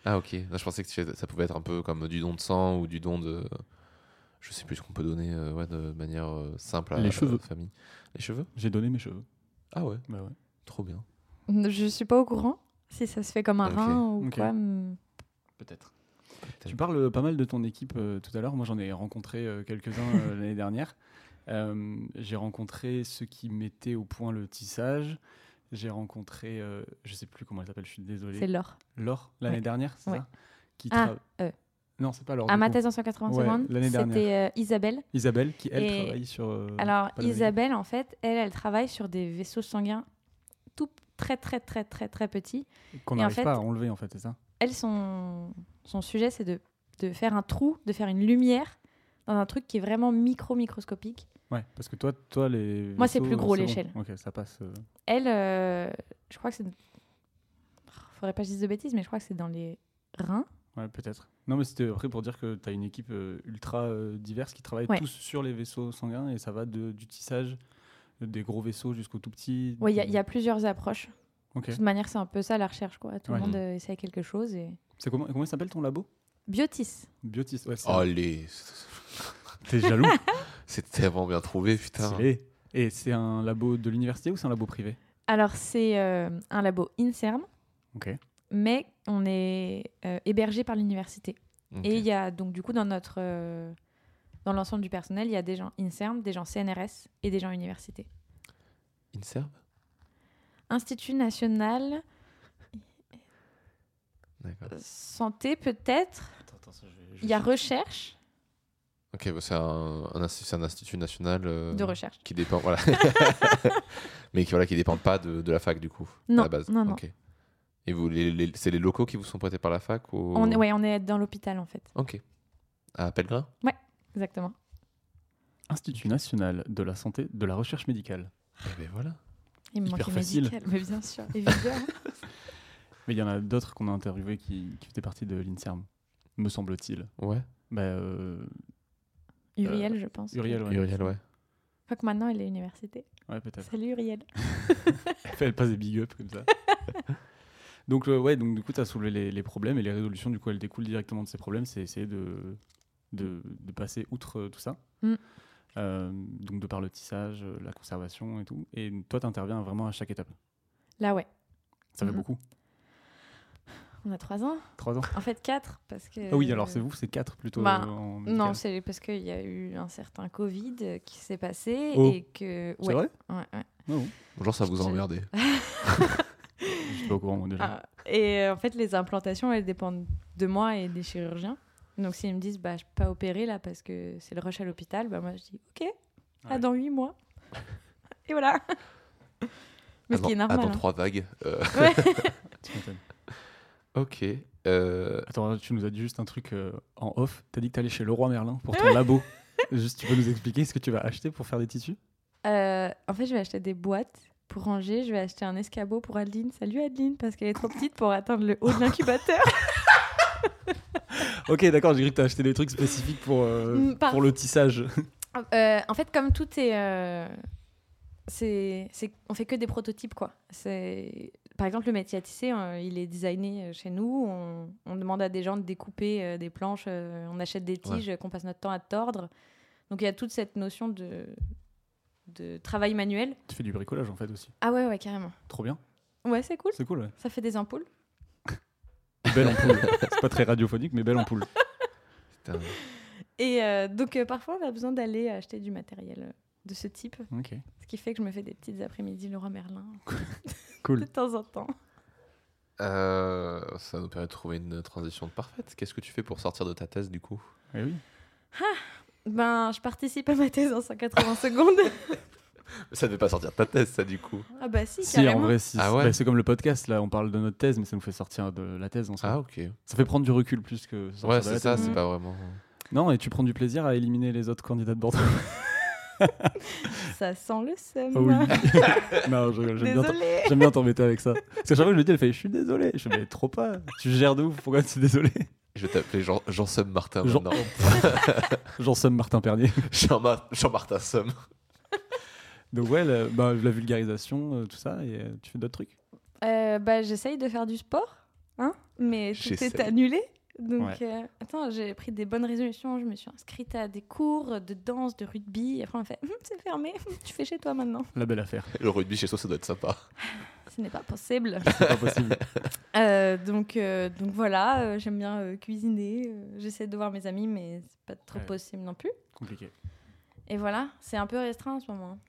C: Ah ok, Là, je pensais que tu- ça pouvait être un peu comme du don de sang ou du don de... Je sais plus ce qu'on peut donner euh, ouais, de manière euh, simple à
A: Les
C: la
A: cheveux.
C: famille. Les cheveux
A: J'ai donné mes cheveux.
C: Ah ouais,
A: Bah ouais.
C: trop bien.
B: Je suis pas au courant si ça se fait comme un
C: Ok,
B: rein ou
A: ok.
B: quoi. mais-
A: Peut-être. Tu parles euh, pas mal de ton équipe euh, tout à l'heure. Moi, j'en ai rencontré euh, quelques-uns euh, l'année dernière. Euh, j'ai rencontré ceux qui mettaient au point le tissage. J'ai rencontré, euh, je sais plus comment elle s'appelle, je suis
B: C'est
A: désolé.
B: l'or.
A: Laure, l'année
B: Ouais.
A: dernière, c'est
B: Ouais.
A: ça qui
B: Ah,
A: tra-
B: euh.
A: Non, c'est pas Laure.
B: À
A: du
B: ma
A: coup.
B: thèse en 180
A: Ouais,
B: secondes,
A: l'année
B: c'était euh, Isabelle.
A: Isabelle, qui elle
B: Et-
A: travaille sur. euh,
B: Alors,
A: pas la maladie.
B: Isabelle, en fait, elle, elle travaille sur des vaisseaux sanguins tout très, très, très, très, très petits.
A: Qu'on
B: Et en
A: n'arrive
B: fait-
A: pas à enlever, en fait, c'est ça
B: Elle, son, son sujet, c'est de, de faire un trou, de faire une lumière dans un truc qui est vraiment micro-microscopique.
A: Ouais, parce que toi, toi les.
B: Moi, c'est
A: vaisseaux,
B: plus gros,
A: euh, c'est
B: l'échelle.
A: bon. Ok, ça passe. euh,
B: Elle, euh, je crois que c'est. Faudrait pas que je dise de bêtises, mais je crois que c'est dans les reins
A: Ouais, peut-être. Non, mais c'était après pour dire que tu as une équipe euh, ultra euh, diverse qui travaille
B: Ouais.
A: tous sur les vaisseaux sanguins et ça va de, du tissage des gros vaisseaux jusqu'aux tout petits.
B: Oui, il y, a- il y a plusieurs approches.
A: Ok.
B: De toute manière, c'est un peu ça la recherche, quoi. Tout le
A: Ouais. Mm.
B: monde euh, essaie quelque chose. Et...
A: C'est comment, comment il s'appelle ton labo
B: Biotis.
A: Biotis. Ouais, c'est-
C: Allez,
A: Oh, t'es jaloux.
C: c'est tellement bien trouvé, putain.
A: Stylé. Et c'est un labo de l'université ou c'est un labo privé
B: Alors, c'est euh, un labo INSERM,
A: Ok.
B: mais on est euh, hébergé par l'université.
C: Ok.
B: Et il y a donc, du coup, dans notre. euh, dans l'ensemble du personnel, il y a des gens INSERM, des gens CNRS et des gens université.
C: Inserm
B: Institut national
C: D'accord.
B: santé, peut-être. Il y a recherche
C: Ok, bah, c'est un, un insti- c'est un institut national. euh,
B: de recherche.
C: Qui dépend, voilà. Mais qui, voilà, qui dépend pas de, de la fac, du coup.
B: Non,
C: à la base.
B: non, non.
C: Ok. Et vous, les- les- c'est les locaux qui vous sont prêtés par la fac
A: oh.
C: ou...
B: On est, ouais, on est dans l'hôpital, en fait.
C: Ok. À Pellegrin
B: Exactement.
A: Institut national de la santé, de la recherche médicale.
C: Eh ben voilà.
B: Il me
A: Hyper
B: manquait
A: facile.
B: médical, mais bien sûr, hein. évidemment.
A: Mais il y en a d'autres qu'on a interviewés qui, qui faisaient partie de l'INSERM, me semble-t-il.
C: Ouais.
A: Bah, euh,
B: Uriel, je pense.
A: Uriel, ouais.
C: Uriel, ouais.
B: Quoique maintenant, elle est université.
A: Ouais, peut-être.
B: Salut Uriel.
A: Elle passe des big up comme ça. donc, euh, ouais, donc du coup, tu as soulevé les, les problèmes et les résolutions, du coup, elles découlent directement de ces problèmes. C'est essayer de, de, de passer outre euh, tout ça.
B: Mm.
A: Euh, donc, de par le tissage, euh, la conservation et tout. Et toi, tu interviens vraiment à chaque étape.
B: Là, ouais.
A: Ça fait
B: Mhm.
A: beaucoup.
B: On a trois ans.
A: Trois ans
B: En fait, quatre, parce que...
A: Ah oui, alors c'est vous, c'est quatre plutôt.
B: Euh, bah,
A: euh, en médical.
B: Non, c'est parce qu'il y a eu un certain Covid euh, qui s'est passé
A: Oh.
B: et que...
A: C'est
B: ouais,
A: vrai Ah
B: ouais, ouais.
A: Non,
C: Genre, ça vous a
B: Je-
C: emmerdé.
A: je suis pas au courant, moi, déjà.
B: Ah, et euh, en fait, les implantations, elles dépendent de moi et des chirurgiens. Donc s'ils me disent, bah, je peux pas opérer là parce que c'est le rush à l'hôpital, bah, moi, je dis, ok, à
A: Ouais.
B: dans huit mois. et voilà. Mais ce
C: Attends-
B: qui est normal.
C: Attends,
B: hein.
C: trois vagues. Euh,
B: Ouais.
A: Tu m'étonnes.
C: ok. Euh,
A: Attends, tu nous as dit juste un truc euh, en off. Tu as dit que tu allais chez Leroy Merlin pour ton labo. Juste, tu peux nous expliquer ce que tu vas acheter pour faire des tissus
B: Euh, en fait, je vais acheter des boîtes pour ranger. Je vais acheter un escabeau pour Adeline. Salut Adeline, parce qu'elle est trop petite pour atteindre le haut de l'incubateur.
A: Ok, d'accord, j'ai cru que t'as acheté des trucs spécifiques pour, euh,
B: Mm, par-
A: pour le tissage.
B: Euh, en fait, comme tout est, euh, c'est, c'est, on fait que des prototypes quoi. C'est, par exemple, le métier à tisser, euh, il est designé euh, chez nous. On, on demande à des gens de découper euh, des planches. euh, on achète des tiges euh, qu'on passe notre temps à tordre. Donc il y a toute cette notion de de travail manuel.
A: Tu fais du bricolage en fait aussi.
B: Ah ouais, ouais, carrément.
A: Trop bien,
B: Ouais, c'est cool.
A: c'est cool. ouais.
B: Ça fait des ampoules.
A: Belle ampoule. c'est pas très radiophonique, mais belle ampoule.
C: putain.
B: Et euh, donc euh, parfois on a besoin d'aller acheter du matériel euh, de ce type,
A: Ok,
B: ce qui fait que je me fais des petites après-midi Laura Merlin de
A: cool.
B: temps en temps.
C: Euh, ça nous permet de trouver une transition parfaite. Qu'est-ce que tu fais pour sortir de ta thèse, du coup
A: Eh oui.
B: Ben je participe à ma thèse en 180 secondes.
C: Ça ne fait pas sortir de ta thèse, ça, du coup.
B: Ah bah si,
A: Si, en
B: carrément.
A: vrai, si.
C: Ah ouais.
A: bah, c'est comme le podcast, là, on parle de notre thèse, mais ça nous fait sortir de la thèse en soi.
C: Ah, ok.
A: Ça fait prendre du recul plus que sortir
C: Ouais,
A: de la
C: c'est ça,
A: thèse.
C: c'est
B: Mm.
C: pas vraiment.
A: Non, et tu prends du plaisir à éliminer les autres candidats de Bordeaux.
B: Ça sent le seum.
A: Ah oui. non, je rigole, j'aime bien t'em-
B: Désolée.
A: j'aime bien t'embêter avec ça. Parce qu'à chaque fois que je le dis, elle fait Je suis désolé. Je fais Mais trop pas. Tu gères de ouf, pourquoi tu es désolé
C: Je vais t'appeler Jean- Jean-Somme Martin.
A: Jean-
C: maintenant.
A: Jean-Somme Martin Pernier.
C: Jean-Mar- Jean-Martin Somme.
A: Donc ouais, la, bah, la vulgarisation, euh, tout ça, et euh, tu fais d'autres trucs.
B: Euh, bah j'essaye de faire du sport, hein, mais tout
C: J'essaye.
B: est annulé. Donc euh, attends, j'ai pris des bonnes résolutions, je me suis inscrite à des cours de danse, de rugby, et après on fait Hum, c'est fermé, tu fais chez toi maintenant.
A: La belle affaire,
C: Le rugby chez toi, ça doit être sympa.
B: Ce n'est pas possible.
A: c'est pas possible.
B: Euh, donc, euh, donc voilà, euh, j'aime bien euh, cuisiner. euh, J'essaie de voir mes amis, mais c'est pas trop
A: Ouais.
B: possible non plus.
A: Compliqué.
B: Et voilà, c'est un peu restreint en ce moment.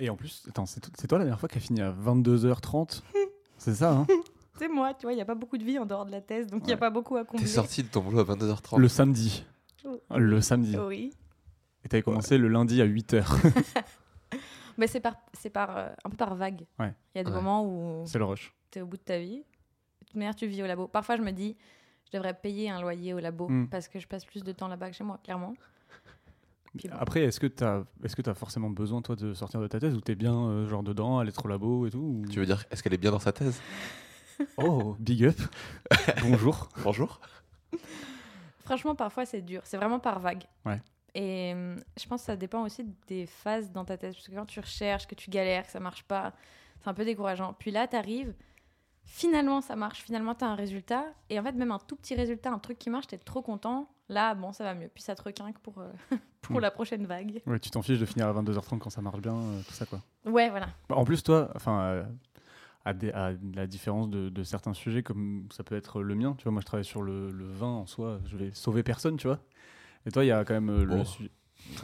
A: Et en plus, attends, c'est t- c'est toi la dernière fois qui a fini à 22h30 C'est ça, hein
B: C'est moi, tu vois, il n'y a pas beaucoup de vie en dehors de la thèse, donc il n'y a
A: Ouais.
B: pas beaucoup à combler.
C: T'es sorti de ton boulot à 22h30.
A: Le samedi.
B: Oh.
A: Le samedi.
B: Oui.
A: Et t'avais commencé le lundi à 8h.
B: Mais c'est par, c'est par, euh, un peu par vague. Il
A: Ouais.
B: y a des
C: Ouais.
B: moments où
A: c'est le rush.
B: tu es au bout de ta vie. De toute manière, tu vis au labo. Parfois, je me dis, je devrais payer un loyer au labo
A: Mm.
B: parce que je passe plus de temps là-bas que chez moi, clairement. Puis bon.
A: Après, est-ce que t'as est forcément besoin, toi, de sortir de ta thèse ou t'es bien, euh, genre, dedans, à l'être au labo et tout ou-
C: Tu veux dire, est-ce qu'elle est bien dans sa thèse
A: Oh, big up Bonjour
C: Bonjour.
B: Franchement, parfois, c'est dur. C'est vraiment par vague.
A: Ouais.
B: Et euh, je pense que ça dépend aussi des phases dans ta tête. Parce que quand tu recherches, que tu galères, que ça marche pas, c'est un peu décourageant. Puis là, tu arrives, finalement, ça marche. Finalement, tu as un résultat. Et en fait, même un tout petit résultat, un truc qui marche, tu es trop content. Là, bon, ça va mieux. Puis ça te requinque pour, euh, pour
A: Mm.
B: la prochaine vague.
A: Ouais, tu t'en fiches de finir à 22h30 quand ça marche bien, euh, tout ça quoi.
B: Ouais, voilà.
A: Bah, En plus, toi, enfin, euh, à, des- à la différence de, de certains sujets, comme ça peut être le mien, tu vois, moi je travaille sur le, le vin en soi, je vais sauver personne, tu vois. Et toi, il y a quand même euh, le
C: Oh.
A: sujet.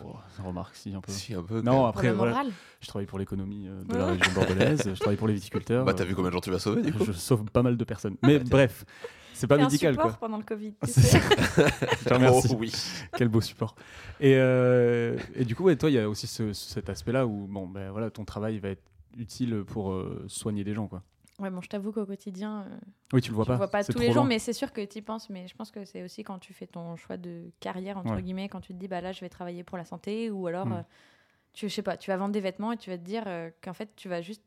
A: Oh, remarque, si, un peu.
C: Si, un peu. quand
A: Non,
C: même.
A: après,
B: pour la
A: voilà,
B: morale.
A: je travaille pour l'économie euh, de la région bordelaise, je travaille pour les viticulteurs.
C: Bah, t'as
A: euh,
C: vu combien de gens tu vas sauver, du coup Bah,
A: je sauve pas mal de personnes. Mais bref, c'est pas
B: Fais un
A: médical,
B: support
A: quoi.
B: pendant le Covid. tu
A: C'est
B: sais.
A: Je te remercie.
C: Oh, oui.
A: Quel beau support. Et, euh, et du coup, ouais, toi, il y a aussi ce- cet aspect-là où bon, ben voilà, ton travail va être utile pour euh, soigner des gens. Quoi.
B: Ouais, bon, je t'avoue qu'au quotidien, euh,
A: Oui, tu le vois
B: je
A: pas.
B: ne vois pas
A: c'est
B: tous les
A: trop
B: jours,
A: loin.
B: mais c'est sûr que tu y penses. Mais je pense que c'est aussi quand tu fais ton choix de carrière, entre
A: Ouais.
B: guillemets, quand tu te dis, bah là, je vais travailler pour la santé, ou alors,
A: Hmm.
B: euh, tu, je sais pas, tu vas vendre des vêtements et tu vas te dire euh, qu'en fait, tu vas juste,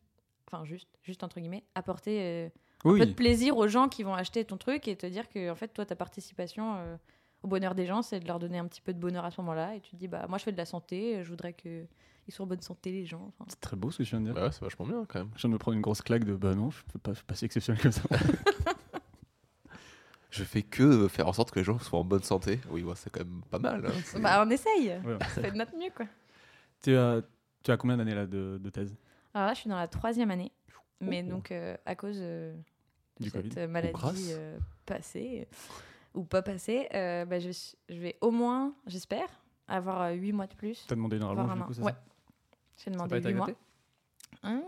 B: enfin, juste, juste entre guillemets, apporter euh, un peu de
A: Oui,
B: plaisir aux gens qui vont acheter ton truc et te dire que, en fait, toi, ta participation euh, au bonheur des gens, c'est de leur donner un petit peu de bonheur à ce moment-là. Et tu te dis, bah moi, je fais de la santé, euh, je voudrais que. Ils soient en bonne santé, les gens. Enfin,
A: c'est très beau ce que je viens de dire.
C: Bah ouais, c'est vachement bien, quand même.
A: Je viens de me prendre une grosse claque de bah non, je peux pas, je suis pas si exceptionnel que ça.
C: Je fais que faire en sorte que les gens soient en bonne santé. Oui, ouais, c'est quand même pas mal. hein. C'est-
B: bah, on essaye.
A: Ouais.
B: On fait de notre mieux, quoi.
A: tu, as, tu as combien d'années là de, de thèse
B: Alors là, Ah, je suis dans la troisième année. Mais
A: Oh.
B: donc, euh, à cause euh, de
A: Du Covid.
B: cette euh, maladie
C: grâce.
B: euh, passée euh, ou pas passée, euh, bah, je, suis- je vais au moins, j'espère, avoir euh, huit mois de plus.
A: T'as demandé une rallonge
B: Avoir
A: du
B: un
A: coup,
B: an.
A: c'est
B: Ouais,
A: ça
B: j'ai
A: Ça a
B: demandé
A: pas été
B: huit mois.
A: agrémenté
B: Hein,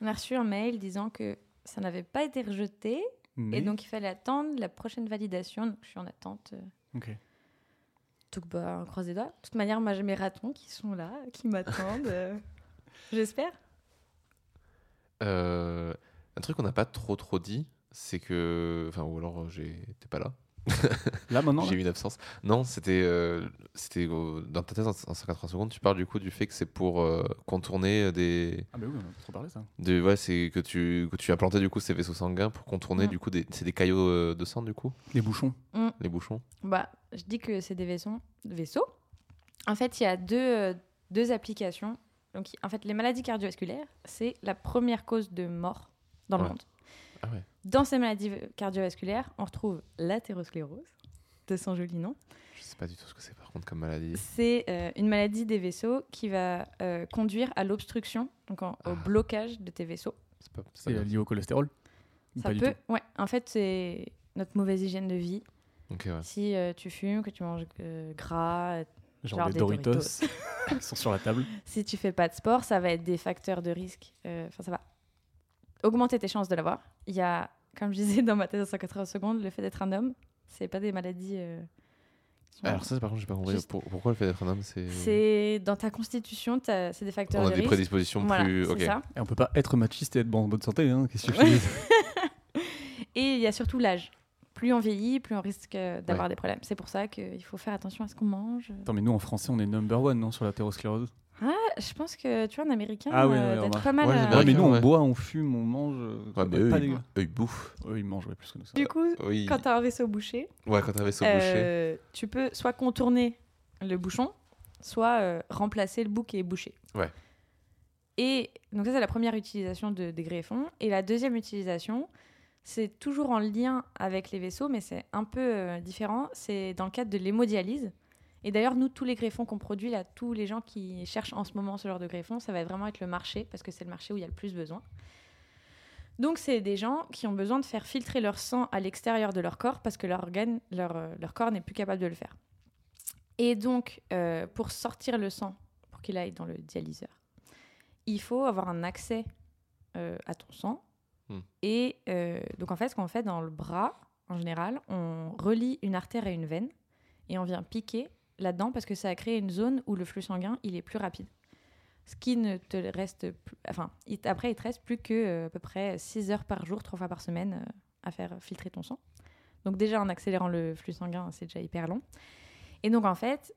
B: on a reçu un mail disant que ça n'avait pas été rejeté
A: Mais-
B: et donc il fallait attendre la prochaine validation. Donc, je suis en attente. euh,
A: Ok.
B: donc, bah, on croise les doigts. De toute manière, moi, j'ai mes ratons qui sont là, qui m'attendent. euh, J'espère.
C: Euh, un truc qu'on n'a pas trop trop dit, c'est que. Enfin, ou alors euh, j'étais pas là.
A: Là maintenant
C: J'ai
A: là
C: eu une absence. Non, c'était. euh, c'était euh, dans ta thèse en, en 180 secondes, tu parles du coup du fait que c'est pour euh, contourner des.
A: Ah bah oui, on a trop parlé ça.
C: des ouais, c'est que tu, que tu as planté du coup ces vaisseaux sanguins pour contourner
B: Mm.
C: du coup des. C'est des caillots euh, de sang du coup,
A: Les bouchons.
C: les bouchons.
B: Bah, je dis que c'est des vaisseaux. vaisseaux. En fait, il y a deux, euh, deux applications. Donc, en fait, les maladies cardiovasculaires, c'est la première cause de mort dans le
C: Ouais.
B: monde.
C: Ah ouais.
B: Dans ces maladies cardiovasculaires, on retrouve l'athérosclérose, de son joli nom.
C: Je sais pas du tout ce que c'est par contre comme maladie.
B: C'est euh, une maladie des vaisseaux qui va euh, conduire à l'obstruction, donc en-
C: Ah.
B: au blocage de tes vaisseaux.
C: C'est pas. c'est
A: C'est
C: pas
A: lié au cholestérol Ou
B: Ça
A: Pas du
B: peut,
A: tout.
B: ouais. En fait, c'est notre mauvaise hygiène de vie.
C: bien. Ok, ouais.
B: Si euh, tu fumes, que tu manges euh, gras,
A: Genre,
B: Genre
A: des
B: des
A: Doritos,
B: Doritos.
A: qui sont sur la table.
B: si tu fais pas de sport, ça va être des facteurs de risque. Euh, Enfin, ça va augmenter tes chances de l'avoir. Il y a, comme je disais dans ma thèse en 180 secondes, le fait d'être un homme, c'est pas des maladies. euh, qui sont-
C: Alors ça, par contre, j'ai pas compris.
B: Juste-
C: Pour- pourquoi le fait d'être un homme, c'est.
B: c'est dans ta constitution, t'as- c'est des facteurs
C: On a
B: de
C: des
B: risque.
C: prédispositions
B: Voilà,
C: plus.
B: c'est
C: ok.
B: ça.
A: Et on peut pas être machiste et être bon- en bonne santé, hein, qu'est-ce que je te dis
B: Et il y a surtout l'âge. Plus on vieillit, plus on risque euh, d'avoir des problèmes. C'est pour ça qu'il faut faire attention à ce qu'on mange.
A: Attends, mais nous en français, on est number one, non, sur la l'athérosclérose
B: Ah, Je pense que tu vois, un américain,
A: Ah oui,
B: euh,
A: ouais,
B: doit être
A: remarque.
B: pas mal.
C: Ouais, les
B: euh,
A: Ouais, mais
C: Américains,
A: nous, on
C: ouais.
A: boit, on fume, on mange. euh,
C: Ouais, bah,
A: c'est
C: mais eux,
A: pas
C: ils-
A: dégueu.
C: eux, ils bouffent.
A: Eux, ils mangent ouais, plus que nous. ça.
B: Du coup,
C: Oui.
B: quand t'as un vaisseau bouché,
C: Ouais, quand t'as un vaisseau bouché.
B: Euh, tu peux soit contourner le bouchon, soit euh, remplacer le bout qui est bouché.
C: Ouais.
B: Et donc ça, c'est la première utilisation de, des greffons. Et la deuxième utilisation, c'est toujours en lien avec les vaisseaux, mais c'est un peu euh, différent. C'est dans le cadre de l'hémodialyse. Et d'ailleurs, nous, tous les greffons qu'on produit, là, tous les gens qui cherchent en ce moment ce genre de greffons, ça va vraiment être le marché, parce que c'est le marché où il y a le plus besoin. Donc, c'est des gens qui ont besoin de faire filtrer leur sang à l'extérieur de leur corps parce que leur, organe, leur, euh, leur corps n'est plus capable de le faire. Et donc, euh, pour sortir le sang, pour qu'il aille dans le dialyseur, il faut avoir un accès euh, à ton sang.
C: Hmm.
B: Et euh, donc, en fait, ce qu'on fait dans le bras, en général, on relie une artère à une veine et on vient piquer là-dedans parce que ça a créé une zone où le flux sanguin, il est plus rapide. Ce qui ne te reste plus. Enfin, il t- après, il te reste plus que euh, à peu près 6 heures par jour, 3 fois par semaine euh, à faire filtrer ton sang. Donc, déjà, en accélérant le flux sanguin, c'est déjà hyper long. Et donc, en fait,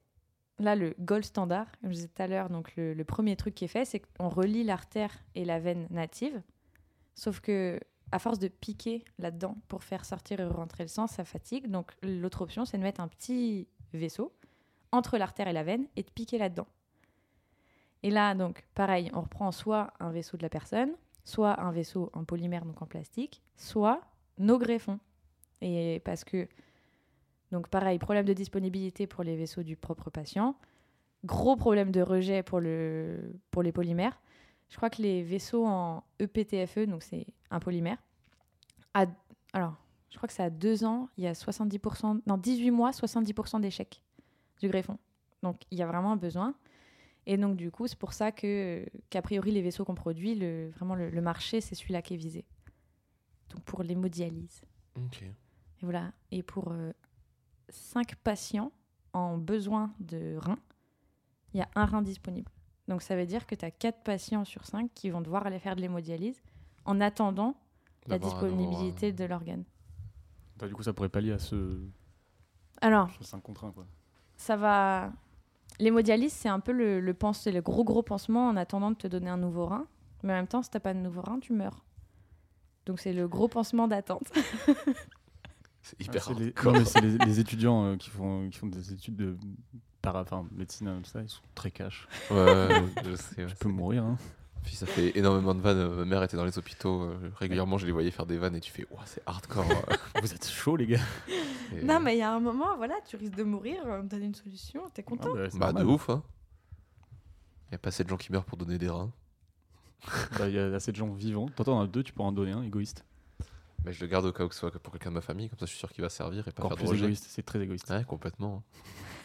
B: là, le gold standard, comme je disais tout à l'heure, donc le, le premier truc qui est fait, c'est qu'on relie l'artère et la veine native. Sauf que à force de piquer là-dedans pour faire sortir et rentrer le sang, ça fatigue. Donc l'autre option, c'est de mettre un petit vaisseau entre l'artère et la veine et de piquer là-dedans. Et là, donc, pareil, on reprend soit un vaisseau de la personne, soit un vaisseau en polymère, donc en plastique, soit nos greffons. Et parce que, donc pareil, problème de disponibilité pour les vaisseaux du propre patient, gros problème de rejet pour, le, pour les polymères. Je crois que les vaisseaux en E EPTFE, donc c'est un polymère, à- alors, je crois que ça a deux ans, il y a 70%, dans 18 mois, 70% d'échecs du greffon. Donc, il y a vraiment un besoin. Et donc, du coup, c'est pour ça que, qu'a priori, les vaisseaux qu'on produit, le, vraiment, le, le marché, c'est celui-là qui est visé. Donc, pour l'hémodialyse.
C: Ok.
B: Et voilà. Et pour 5 patients en besoin de reins, il y a un rein disponible. Donc ça veut dire que tu as 4 patients sur 5 qui vont devoir aller faire de l'hémodialyse en attendant la
C: D'avoir un euh, nouveau,
B: disponibilité de l'organe.
A: Bah, du coup, ça pourrait pallier à ce,
B: Alors,
A: ce 5 contre 1. Quoi.
B: ça va. L'hémodialyse, c'est un peu le, le, pense- le gros gros pansement en attendant de te donner un nouveau rein. Mais en même temps, si t'as pas de nouveau rein, tu meurs. Donc c'est le gros pansement d'attente.
C: euh, C'est hyper
A: Ah, c'est les,
C: hardcore.
A: non, mais c'est les- les étudiants euh, qui, font, qui font des études de para, enfin, médecine, euh, tout ça, ils sont très cash.
C: Ouais, je sais. ouais.
A: Tu peux mourir. hein.
C: Puis ça fait énormément de vannes. Euh, Ma mère était dans les hôpitaux. euh, Régulièrement, je les voyais faire des vannes et tu fais, ouah, c'est hardcore.
A: Vous êtes chaud, les gars.
C: Et-
B: Non, mais il y a un moment, voilà, tu risques de mourir, on te donne une solution, t'es content.
A: Ah, bah, c'est
C: Bah, de
A: normal.
C: ouf, hein. Il y a pas assez de gens qui meurent pour donner des reins.
A: Bah, Il y a assez de gens vivants. T'entends, on a deux, tu peux en donner un, égoïste.
C: Mais je le garde au cas où que ce soit que pour quelqu'un de ma famille, comme ça je suis sûr qu'il va servir et pas
A: Encore
C: faire de
A: plus
C: rejet.
A: égoïste, c'est très égoïste.
C: Ouais, complètement.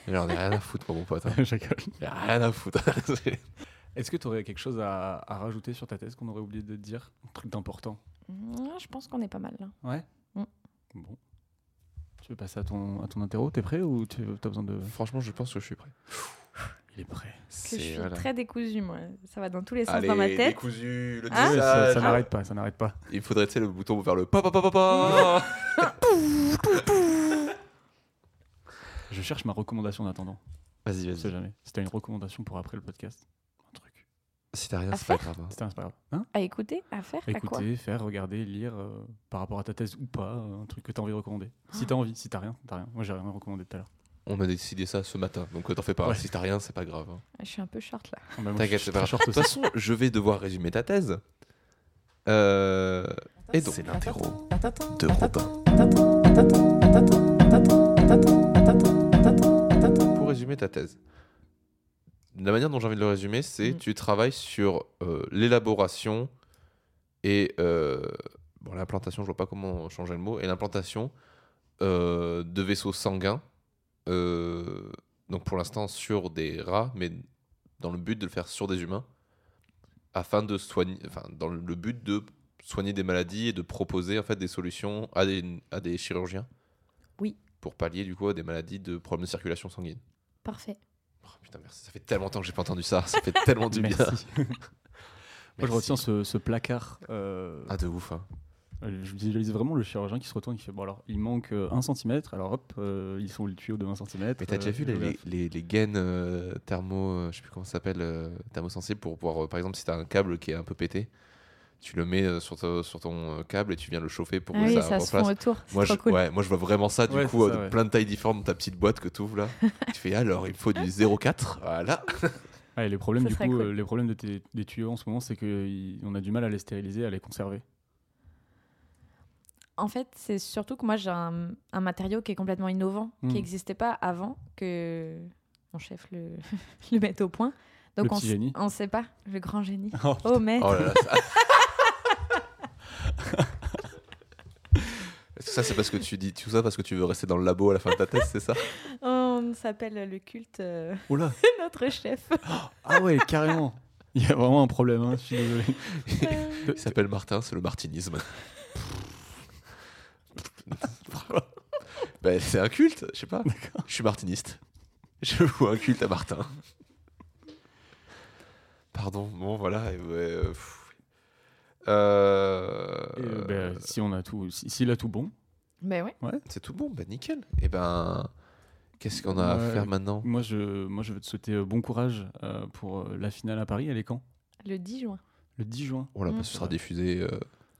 C: Il en a rien à foutre, moi, mon pote. hein.
A: Je rigole.
C: Il a rien à foutre. C'est-
A: Est-ce que tu aurais quelque chose à, à rajouter sur ta thèse qu'on aurait oublié de te dire Un truc d'important
B: Mmh, Je pense qu'on est pas mal là.
A: Ouais
B: Mm.
A: Bon. Tu veux passer à ton, à ton interro T'es prêt ou tu as besoin de.
C: Bah, Franchement, je pense que je suis prêt.
A: Il est prêt.
B: Que je suis
C: voilà.
B: très décousue, moi. Ça va dans tous les sens
C: Allez,
B: dans ma tête.
C: décousu, le
B: Hein
A: Ah Ouais,
C: tissage.
A: ça ça n'arrête pas, ça n'arrête pas.
C: Il faudrait, tu sais, le bouton pour faire le pa pa pa pa pa.
A: Je cherche ma recommandation en attendant.
C: Vas-y,
A: Je sais
C: vas-y.
A: jamais. C'était une recommandation pour après le podcast. Un truc.
C: Si t'as rien,
B: À
C: c'est pas grave. hein.
A: C'était un- c'est pas grave. Hein
B: À écouter, à faire, à quoi
A: Écouter, faire, regarder, lire euh, par rapport à ta thèse ou pas, euh, un truc que t'as envie de recommander.
B: Ah.
A: Si t'as envie, si t'as rien, t'as rien. Moi j'ai rien recommandé tout à l'heure. Ah
C: On a décidé ça ce matin, donc euh, t'en fais pas.
A: Ouais.
C: Si t'as rien, c'est pas grave. hein.
B: Je suis un peu short là.
A: Ah, bah, moi, je
C: T'inquiète,
A: suis
C: c'est pas
A: très
C: grave.
A: short
C: De toute
A: aussi.
C: façon, je vais devoir résumer ta thèse. Euh, Et donc, c'est l'interro de Robin. Pour résumer ta thèse, la manière dont j'ai envie de le résumer, c'est
B: Mm.
C: tu travailles sur euh, l'élaboration et euh, bon, l'implantation, je vois pas comment changer le mot, et l'implantation euh, de vaisseaux sanguins, euh, donc pour l'instant sur des rats, mais dans le but de le faire sur des humains, afin de soigner, enfin, dans le but de soigner des maladies et de proposer en fait des solutions à des, à des chirurgiens.
B: Oui.
C: Pour pallier du coup à des maladies de problèmes de circulation sanguine.
B: Parfait.
C: Oh, putain merci, ça fait tellement longtemps que j'ai pas entendu ça, ça fait tellement du bien.
A: Merci. Moi je
C: Merci.
A: retiens ce, ce placard. euh,
C: Ah de ouf hein.
A: Euh, Je visualise vraiment le chirurgien qui se retourne et qui fait Bon, alors, il manque euh, un centimètre, alors hop, euh, ils sont les tuyaux de 1 centimètre.
C: Mais t'as déjà
A: euh,
C: vu les,
A: je
C: les, les- les gaines euh, thermo, euh, je sais plus comment ça s'appelle, euh, thermosensibles pour pouvoir, euh, par exemple si t'as un câble qui est un peu pété, tu le mets euh, sur, ton- sur ton euh, câble et tu viens le chauffer pour
B: ah
C: que
B: oui,
C: ça,
B: ça se
C: replace.
B: font autour. C'est
C: Moi
B: trop
C: je,
B: cool.
C: ouais, moi, je vois vraiment ça, du
A: Ouais,
C: coup,
A: c'est ça,
C: euh, de
A: ouais.
C: plein de tailles différentes, ta petite boîte que tu ouvres là. tu fais, alors, il me faut du 04. Voilà.
A: Ah, et les problèmes,
B: Ça
A: du coup,
B: serait cool.
A: euh, les problèmes de tes- des tuyaux en ce moment, c'est qu'on a du mal à les stériliser, à les conserver.
B: En fait, c'est surtout que moi j'ai un, un matériau qui est complètement innovant,
A: Mm.
B: qui n'existait pas avant que mon chef le, le mette au point. Donc
A: Le
B: on
A: petit
B: s-
A: génie.
B: on sait pas, le grand génie.
A: Oh,
B: Oh mais
C: Oh là là, ça- Est-ce que ça, c'est parce que tu dis tout ça parce que tu veux rester dans le labo à la fin de ta thèse, c'est ça
B: on s'appelle le culte euh,
A: Oh là
B: de notre chef.
A: Ah ouais, carrément Il y a vraiment un problème, hein, je suis désolé.
B: Euh,
C: Il s'appelle Martin, c'est le martinisme. Ben, c'est un culte, je sais pas. Je suis martiniste. Je vois un culte à Martin. Pardon, bon voilà. et ouais, euh, pff. Euh,
A: Et, euh, ben, si on a tout, si- s'il a tout bon,
B: Mais ouais.
C: C'est tout bon, ben nickel. Et ben, qu'est-ce qu'on a à
A: Ouais.
C: faire maintenant
A: moi je, moi je veux te souhaiter euh, bon courage euh, pour euh, la finale à Paris. Elle est quand
B: Le 10 juin.
A: Le 10 juin.
C: Oh là, bah,
B: Mm.
C: ce sera diffusé euh,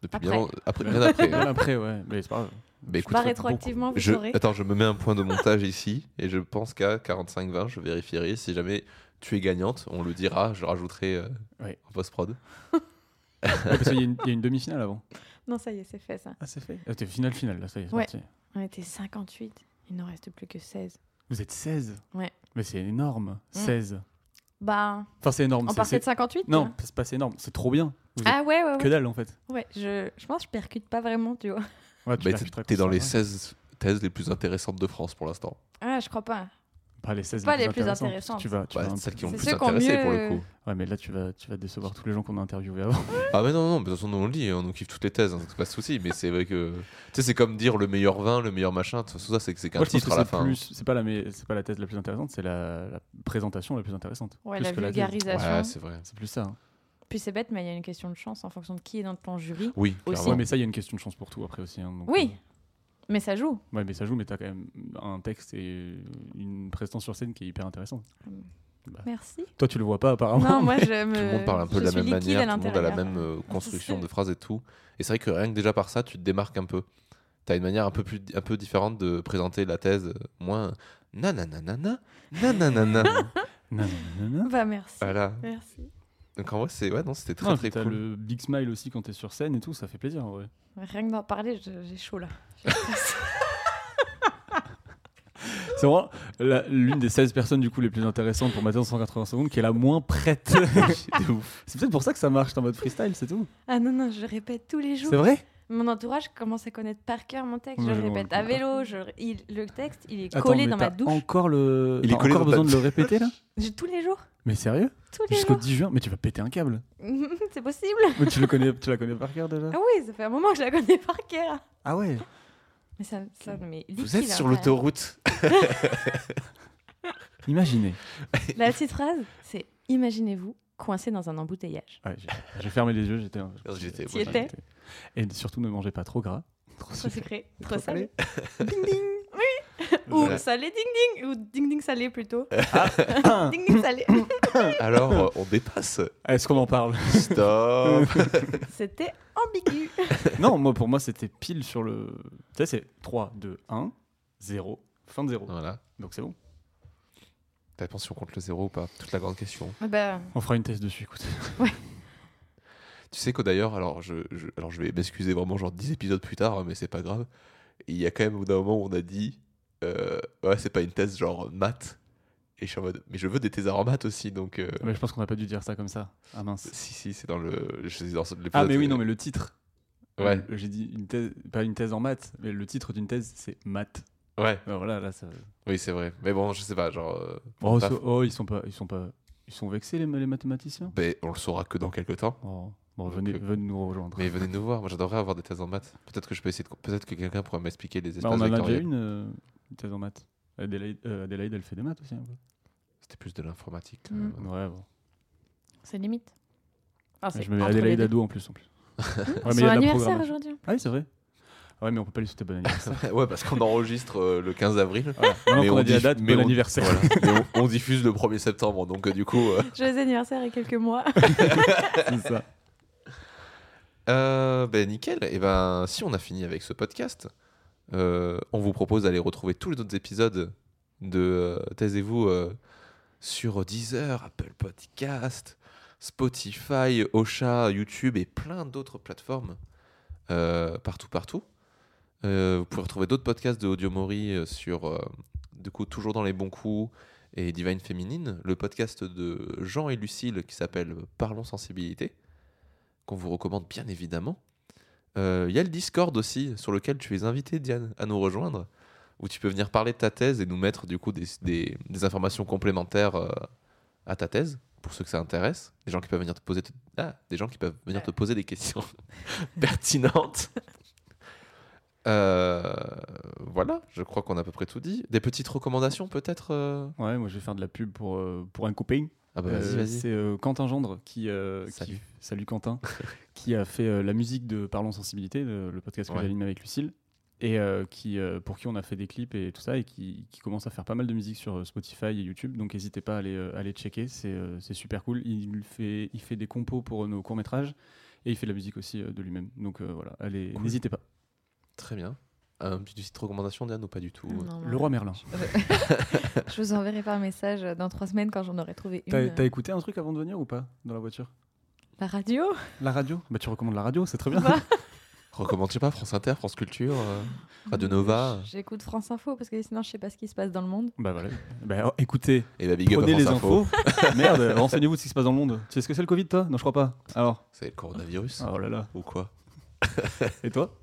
C: Depuis
B: Après.
C: bien, après, bien après. hein.
A: Voilà, après, ouais. Mais c'est pas grave.
C: Bah, écoute,
B: Pas rétroactivement, vous
C: je,
B: saurez.
A: euh
C: attends, je me mets un point de montage ici et je pense qu'à 45-20, je vérifierai. Si jamais tu es gagnante, on le dira, je rajouterai euh,
A: Ouais.
C: en post-prod.
A: Ouais, parce qu'il y a une, il y a une demi-finale avant.
B: Non, ça y est, c'est fait ça.
A: Ah, c'est fait. Ah, t'es finale, finale, là, ça y est, c'est
B: Ouais.
A: parti.
B: On était 58, il n'en reste plus que 16.
A: Vous êtes 16
B: Ouais.
A: Mais c'est énorme, 16.
B: Bah,
A: Enfin, c'est énorme.
B: on
A: c'est-
B: partait
A: c'est-
B: de 58
A: Non,
B: là
A: c'est pas c'est énorme, c'est trop bien. Vous êtes
B: Ah ouais, ouais,
A: Que
B: ouais.
A: dalle, en fait.
B: Ouais, je, je pense que je percute pas vraiment, tu vois.
A: Ouais, tu
C: Bah,
A: l'as
C: t'es-
A: fait très
C: T'es dans les
A: constamment.
C: 16 thèses les plus intéressantes de France pour l'instant.
B: Ah, je crois pas.
A: Pas les 16
B: Pas les plus
A: parce que Tu vas, tu
C: Bah,
A: vas un peu-
C: celles qui ont le
B: C'est
C: plus
B: ceux qui ont
C: intéressé
B: mieux,
C: pour le
B: euh,
C: coup.
A: Ouais, mais là, tu vas, tu vas décevoir tous les gens qu'on a interviewés avant.
C: Ah, mais non, non, mais de toute façon, nous, on le dit, hein, on kiffe toutes les thèses, hein, donc c'est pas de souci. Mais c'est vrai que. Tu sais, c'est comme dire le meilleur vin, le meilleur machin, tout ça, c'est que c'est qu'un
A: Moi, je pense
C: titre
A: que
C: à la
A: c'est
C: fin. hein.
A: plus. C'est pas, la mais- c'est pas la thèse la plus intéressante, c'est la, la présentation la plus intéressante.
B: Ouais,
A: Plus
B: la
A: que thèse.
B: vulgarisation.
C: Ouais, c'est vrai.
A: C'est plus ça. hein.
B: Puis c'est bête, mais il y a une question de chance en fonction de qui est dans ton jury.
C: Oui,
B: Aussi.
C: clairement.
A: Ouais, mais ça, il y a une question de chance pour tout après aussi. hein, donc,
B: Oui, mais ça joue.
A: euh, ouais, mais ça joue, mais t'as quand même un texte et une prestance sur scène qui est hyper intéressante.
B: Merci.
A: Toi, tu le vois pas apparemment.
B: non, moi je me.
C: Tout le monde parle un peu
B: je
C: de la
B: suis
C: même
B: liquide
C: manière, tout le monde a la
B: l'intérieur. Ah,
C: même euh, construction de phrases et tout. Et c'est vrai que rien que déjà par ça, tu te démarques un peu. Tu as une manière un peu, plus, un peu différente de présenter la thèse, euh, moins nananana, nananana.
A: Non, non, non, non.
B: Bah, merci.
C: euh, voilà.
B: Merci.
C: Donc en vrai, c'est, ouais, non, c'était très
A: Non,
C: très
A: puis t'as
C: cool.
A: Ah, le big smile aussi quand t'es sur scène et tout, ça fait plaisir. Ouais.
B: Rien que d'en parler, je- j'ai chaud là.
A: C'est vraiment la- l'une des 16 personnes du coup les plus intéressantes pour Mathé en 180 secondes qui est la moins prête. C'est ouf. C'est peut-être pour ça que ça marche t'es en mode freestyle, c'est tout.
B: Ah non, non, je le répète tous les jours.
A: C'est vrai
B: Mon entourage commence à connaître par cœur mon texte.
A: Moi,
B: Je
A: je
B: le
A: m'en
B: répète
A: rends
B: à
A: compte.
B: vélo. je- il- Le texte, il est
A: Attends,
B: collé
A: mais
B: dans ma
A: t'as
B: douche.
A: encore le.
C: Il est
A: t'as
C: collé
A: encore
C: dans ta
A: besoin de le répéter là
B: J'ai- Tous les jours.
A: Mais sérieux
B: Tous les
A: Jusqu'au
B: jours.
A: 10 juin Mais tu vas péter un câble.
B: C'est possible.
A: Mais tu le connais, tu la connais par cœur déjà
B: Ah oui, ça fait un moment que je la connais par cœur.
A: Ah ouais.
B: Mais ça, ça mais hein,
C: Vous êtes sur l'autoroute.
A: Imaginez.
B: La petite phrase, c'est Imaginez-vous coincé dans un embouteillage.
A: Ouais, j'ai- j'ai fermé les yeux, j'étais.
C: J'étais-
B: T'y étais
A: Et surtout ne mangez pas trop gras. Trop
B: Trop
A: sucré.
B: sucré,
A: Trop
B: trop salé.
A: salé.
B: ding ding.
C: Voilà.
B: Ou salé ding ding. Ou ding ding salé plutôt.
A: Ah,
B: ding ding salé.
C: Alors, euh, on dépasse.
A: Est-ce qu'on en parle Euh,
C: Stop.
B: C'était ambigu.
A: Non, moi pour moi c'était pile sur le. Tu sais, c'est 3, 2, 1, 0, fin de 0.
C: voilà.
A: Donc c'est bon.
C: T'as pensé si on compte le zéro ou pas Toute la grande question.
D: Ah
B: bah,
A: On fera une thèse dessus, écoute.
C: Tu sais que d'ailleurs, alors je, je- alors je vais m'excuser vraiment genre 10 épisodes plus tard, hein, mais c'est pas grave. Il y a quand même au bout d'un moment où on a dit euh, Ouais, c'est pas une thèse genre maths. Et je suis en mode Mais je veux des thèses en maths aussi, donc. euh,
A: Mais je pense qu'on n'a pas dû dire ça comme ça. Ah mince.
C: Si, si, c'est dans le. Je sais, dans l'épisode,
A: Ah mais oui,
C: euh,
A: non, mais le titre.
C: Ouais,
A: Euh, J'ai dit une thèse, pas une thèse en maths, mais le titre d'une thèse c'est maths.
C: ouais,
A: Alors là, là, ça.
C: oui, c'est vrai. Mais bon, je sais pas, genre. euh,
A: Oh,
C: taf.
A: ça- oh, ils sont pas, ils sont pas, ils sont vexés les, les mathématiciens.
C: ben, on le saura que dans quelques temps.
A: Oh. Bon,
C: Donc,
A: venez,
C: euh,
A: venez nous rejoindre.
C: Mais venez nous voir, moi j'adorerais avoir des thèses en maths. Peut-être que je peux essayer de. Peut-être que quelqu'un pourra m'expliquer les
A: Bah,
C: espaces
A: on en a déjà
C: vectoriels.
A: une, euh, une thèse en maths. Adélaïde, euh, Adélaïde, elle fait des maths aussi. un peu.
C: C'était plus de l'informatique. quand
B: Mm.
C: même.
A: Ouais, bon.
B: c'est limite. Ah, c'est
A: Je me mets
B: entre les
A: Adélaïde
B: deux.
A: ado en plus, en plus. Ouais, mais il y
B: Son
A: a de la
B: anniversaire
A: programmation.
D: hein.
B: aujourd'hui.
A: Ah oui, c'est vrai. Ah Ouais, mais on peut pas lui souhaiter bon anniversaire.
C: ouais, parce qu'on enregistre euh, le 15 avril.
A: Voilà. Maintenant
C: Mais
A: qu'on
C: on
A: a dit la
C: diff-
A: date,
C: mais
A: bon
C: on-
A: anniversaire.
C: Voilà. Mais on, on diffuse le 1er septembre, donc euh, du coup. euh,
B: Joyeux anniversaire et quelques mois.
A: c'est ça.
C: euh, ben nickel. Et ben si on a fini avec ce podcast, euh, on vous propose d'aller retrouver tous les autres épisodes de euh, Taisez-vous euh, sur Deezer, Apple Podcast, Spotify, Ocha, YouTube et plein d'autres plateformes euh, partout partout. Euh, vous pouvez retrouver d'autres podcasts de Audio Mori euh, sur euh, du coup toujours dans les bons coups et Divine Féminine, le podcast de Jean et Lucille qui s'appelle Parlons Sensibilité, qu'on vous recommande bien évidemment. Euh, Il y a le Discord aussi, sur lequel tu es invité, Diane, à nous rejoindre, où tu peux venir parler de ta thèse et nous mettre du coup des, des- des informations complémentaires euh, à ta thèse, pour ceux que ça intéresse. Des gens qui peuvent venir te poser, te- ah, des, gens qui peuvent venir te poser des questions pertinentes. Euh, voilà, je crois qu'on a à peu près tout dit. Des petites recommandations peut-être euh
A: Ouais, moi je vais faire de la pub pour, euh, pour un copain.
C: Ah bah
A: Euh,
C: vas-y, vas-y.
A: C'est euh, Quentin Gendre qui. euh, qui-
C: Salut.
A: salut Quentin, qui a fait euh, la musique de Parlons Sensibilité, le, le podcast que
C: Ouais.
A: j'anime avec Lucille. et euh, qui, euh, pour qui on a fait des clips et tout ça, et qui, qui commence à faire pas mal de musique sur euh, Spotify et YouTube. Donc n'hésitez pas à aller, euh, à aller checker, c'est euh, c'est super cool. Il fait, il fait des compos pour euh, nos courts-métrages et il fait de la musique aussi euh, de lui-même. Donc euh, voilà, allez,
C: Cool.
A: n'hésitez pas.
C: Très bien. Un petit site recommandation, Diane, ou pas du tout
D: Non, non.
A: Le Roi Merlin.
D: Je vous enverrai par message dans trois semaines quand j'en aurai trouvé une. euh,
A: T'as t'as écouté un truc avant de venir ou pas dans la voiture
D: La radio Bah.
A: La radio Bah tu recommandes la radio, c'est très bien.
C: Recommandez pas France Inter, France Culture, euh,
B: Mm.
C: Radio Nova
D: J'écoute France Info parce que sinon je sais pas ce qui se passe dans le monde.
A: bah voilà. Bah oh, écoutez,
C: et la Big Up à
A: prenez les
C: France Info.
A: infos. Merde, renseignez-vous de ce qui se passe dans le monde. Tu sais ce que c'est le Covid toi Non, je crois pas. Alors
C: C'est le coronavirus
A: Oh là là.
C: ou quoi
A: Et toi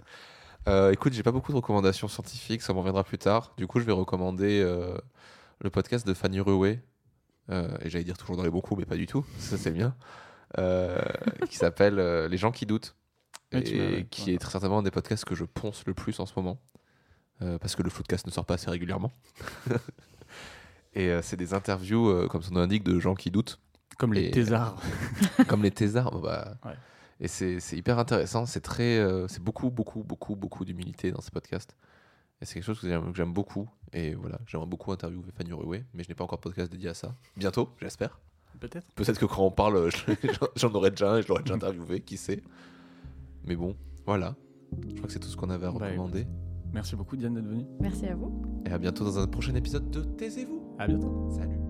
C: Euh, Écoute, j'ai pas beaucoup de recommandations scientifiques, ça m'en reviendra plus tard. Du coup, je vais recommander euh, le podcast de Fanny Ruway. Euh, et j'allais dire toujours dans les bons coups, mais pas du tout. Ça, c'est bien. Euh, qui s'appelle euh, Les gens qui doutent.
A: Ouais, Eh, tu m'as-
C: et
A: ouais,
C: qui
A: ouais.
C: est très certainement un des podcasts que je ponce le plus en ce moment. euh, parce que le Floodcast ne sort pas assez régulièrement. et euh, c'est des interviews, euh, comme son nom l'indique, de gens qui doutent.
A: Comme les
C: Et-
A: thésards.
C: comme les thésards. bon bah.
A: Ouais.
C: Et c'est c'est hyper intéressant. C'est très, euh, c'est beaucoup, beaucoup, beaucoup, beaucoup d'humilité dans ces podcasts. Et c'est quelque chose que j'aime que j'aime beaucoup. Et voilà, j'aimerais beaucoup interviewer Fanny Ruway, mais je n'ai pas encore de podcast dédié à ça. Bientôt, j'espère.
A: Peut-être.
C: Peut-être que quand on parle, je- j'en aurai déjà un et je l'aurai déjà interviewé, qui sait. Mais bon, voilà. Je crois que c'est tout ce qu'on avait à
A: Bah,
C: recommander.
A: Merci beaucoup Diane d'être venue.
D: Merci à vous.
C: Et à bientôt dans un prochain épisode de Taisez-vous.
A: À bientôt.
C: Salut.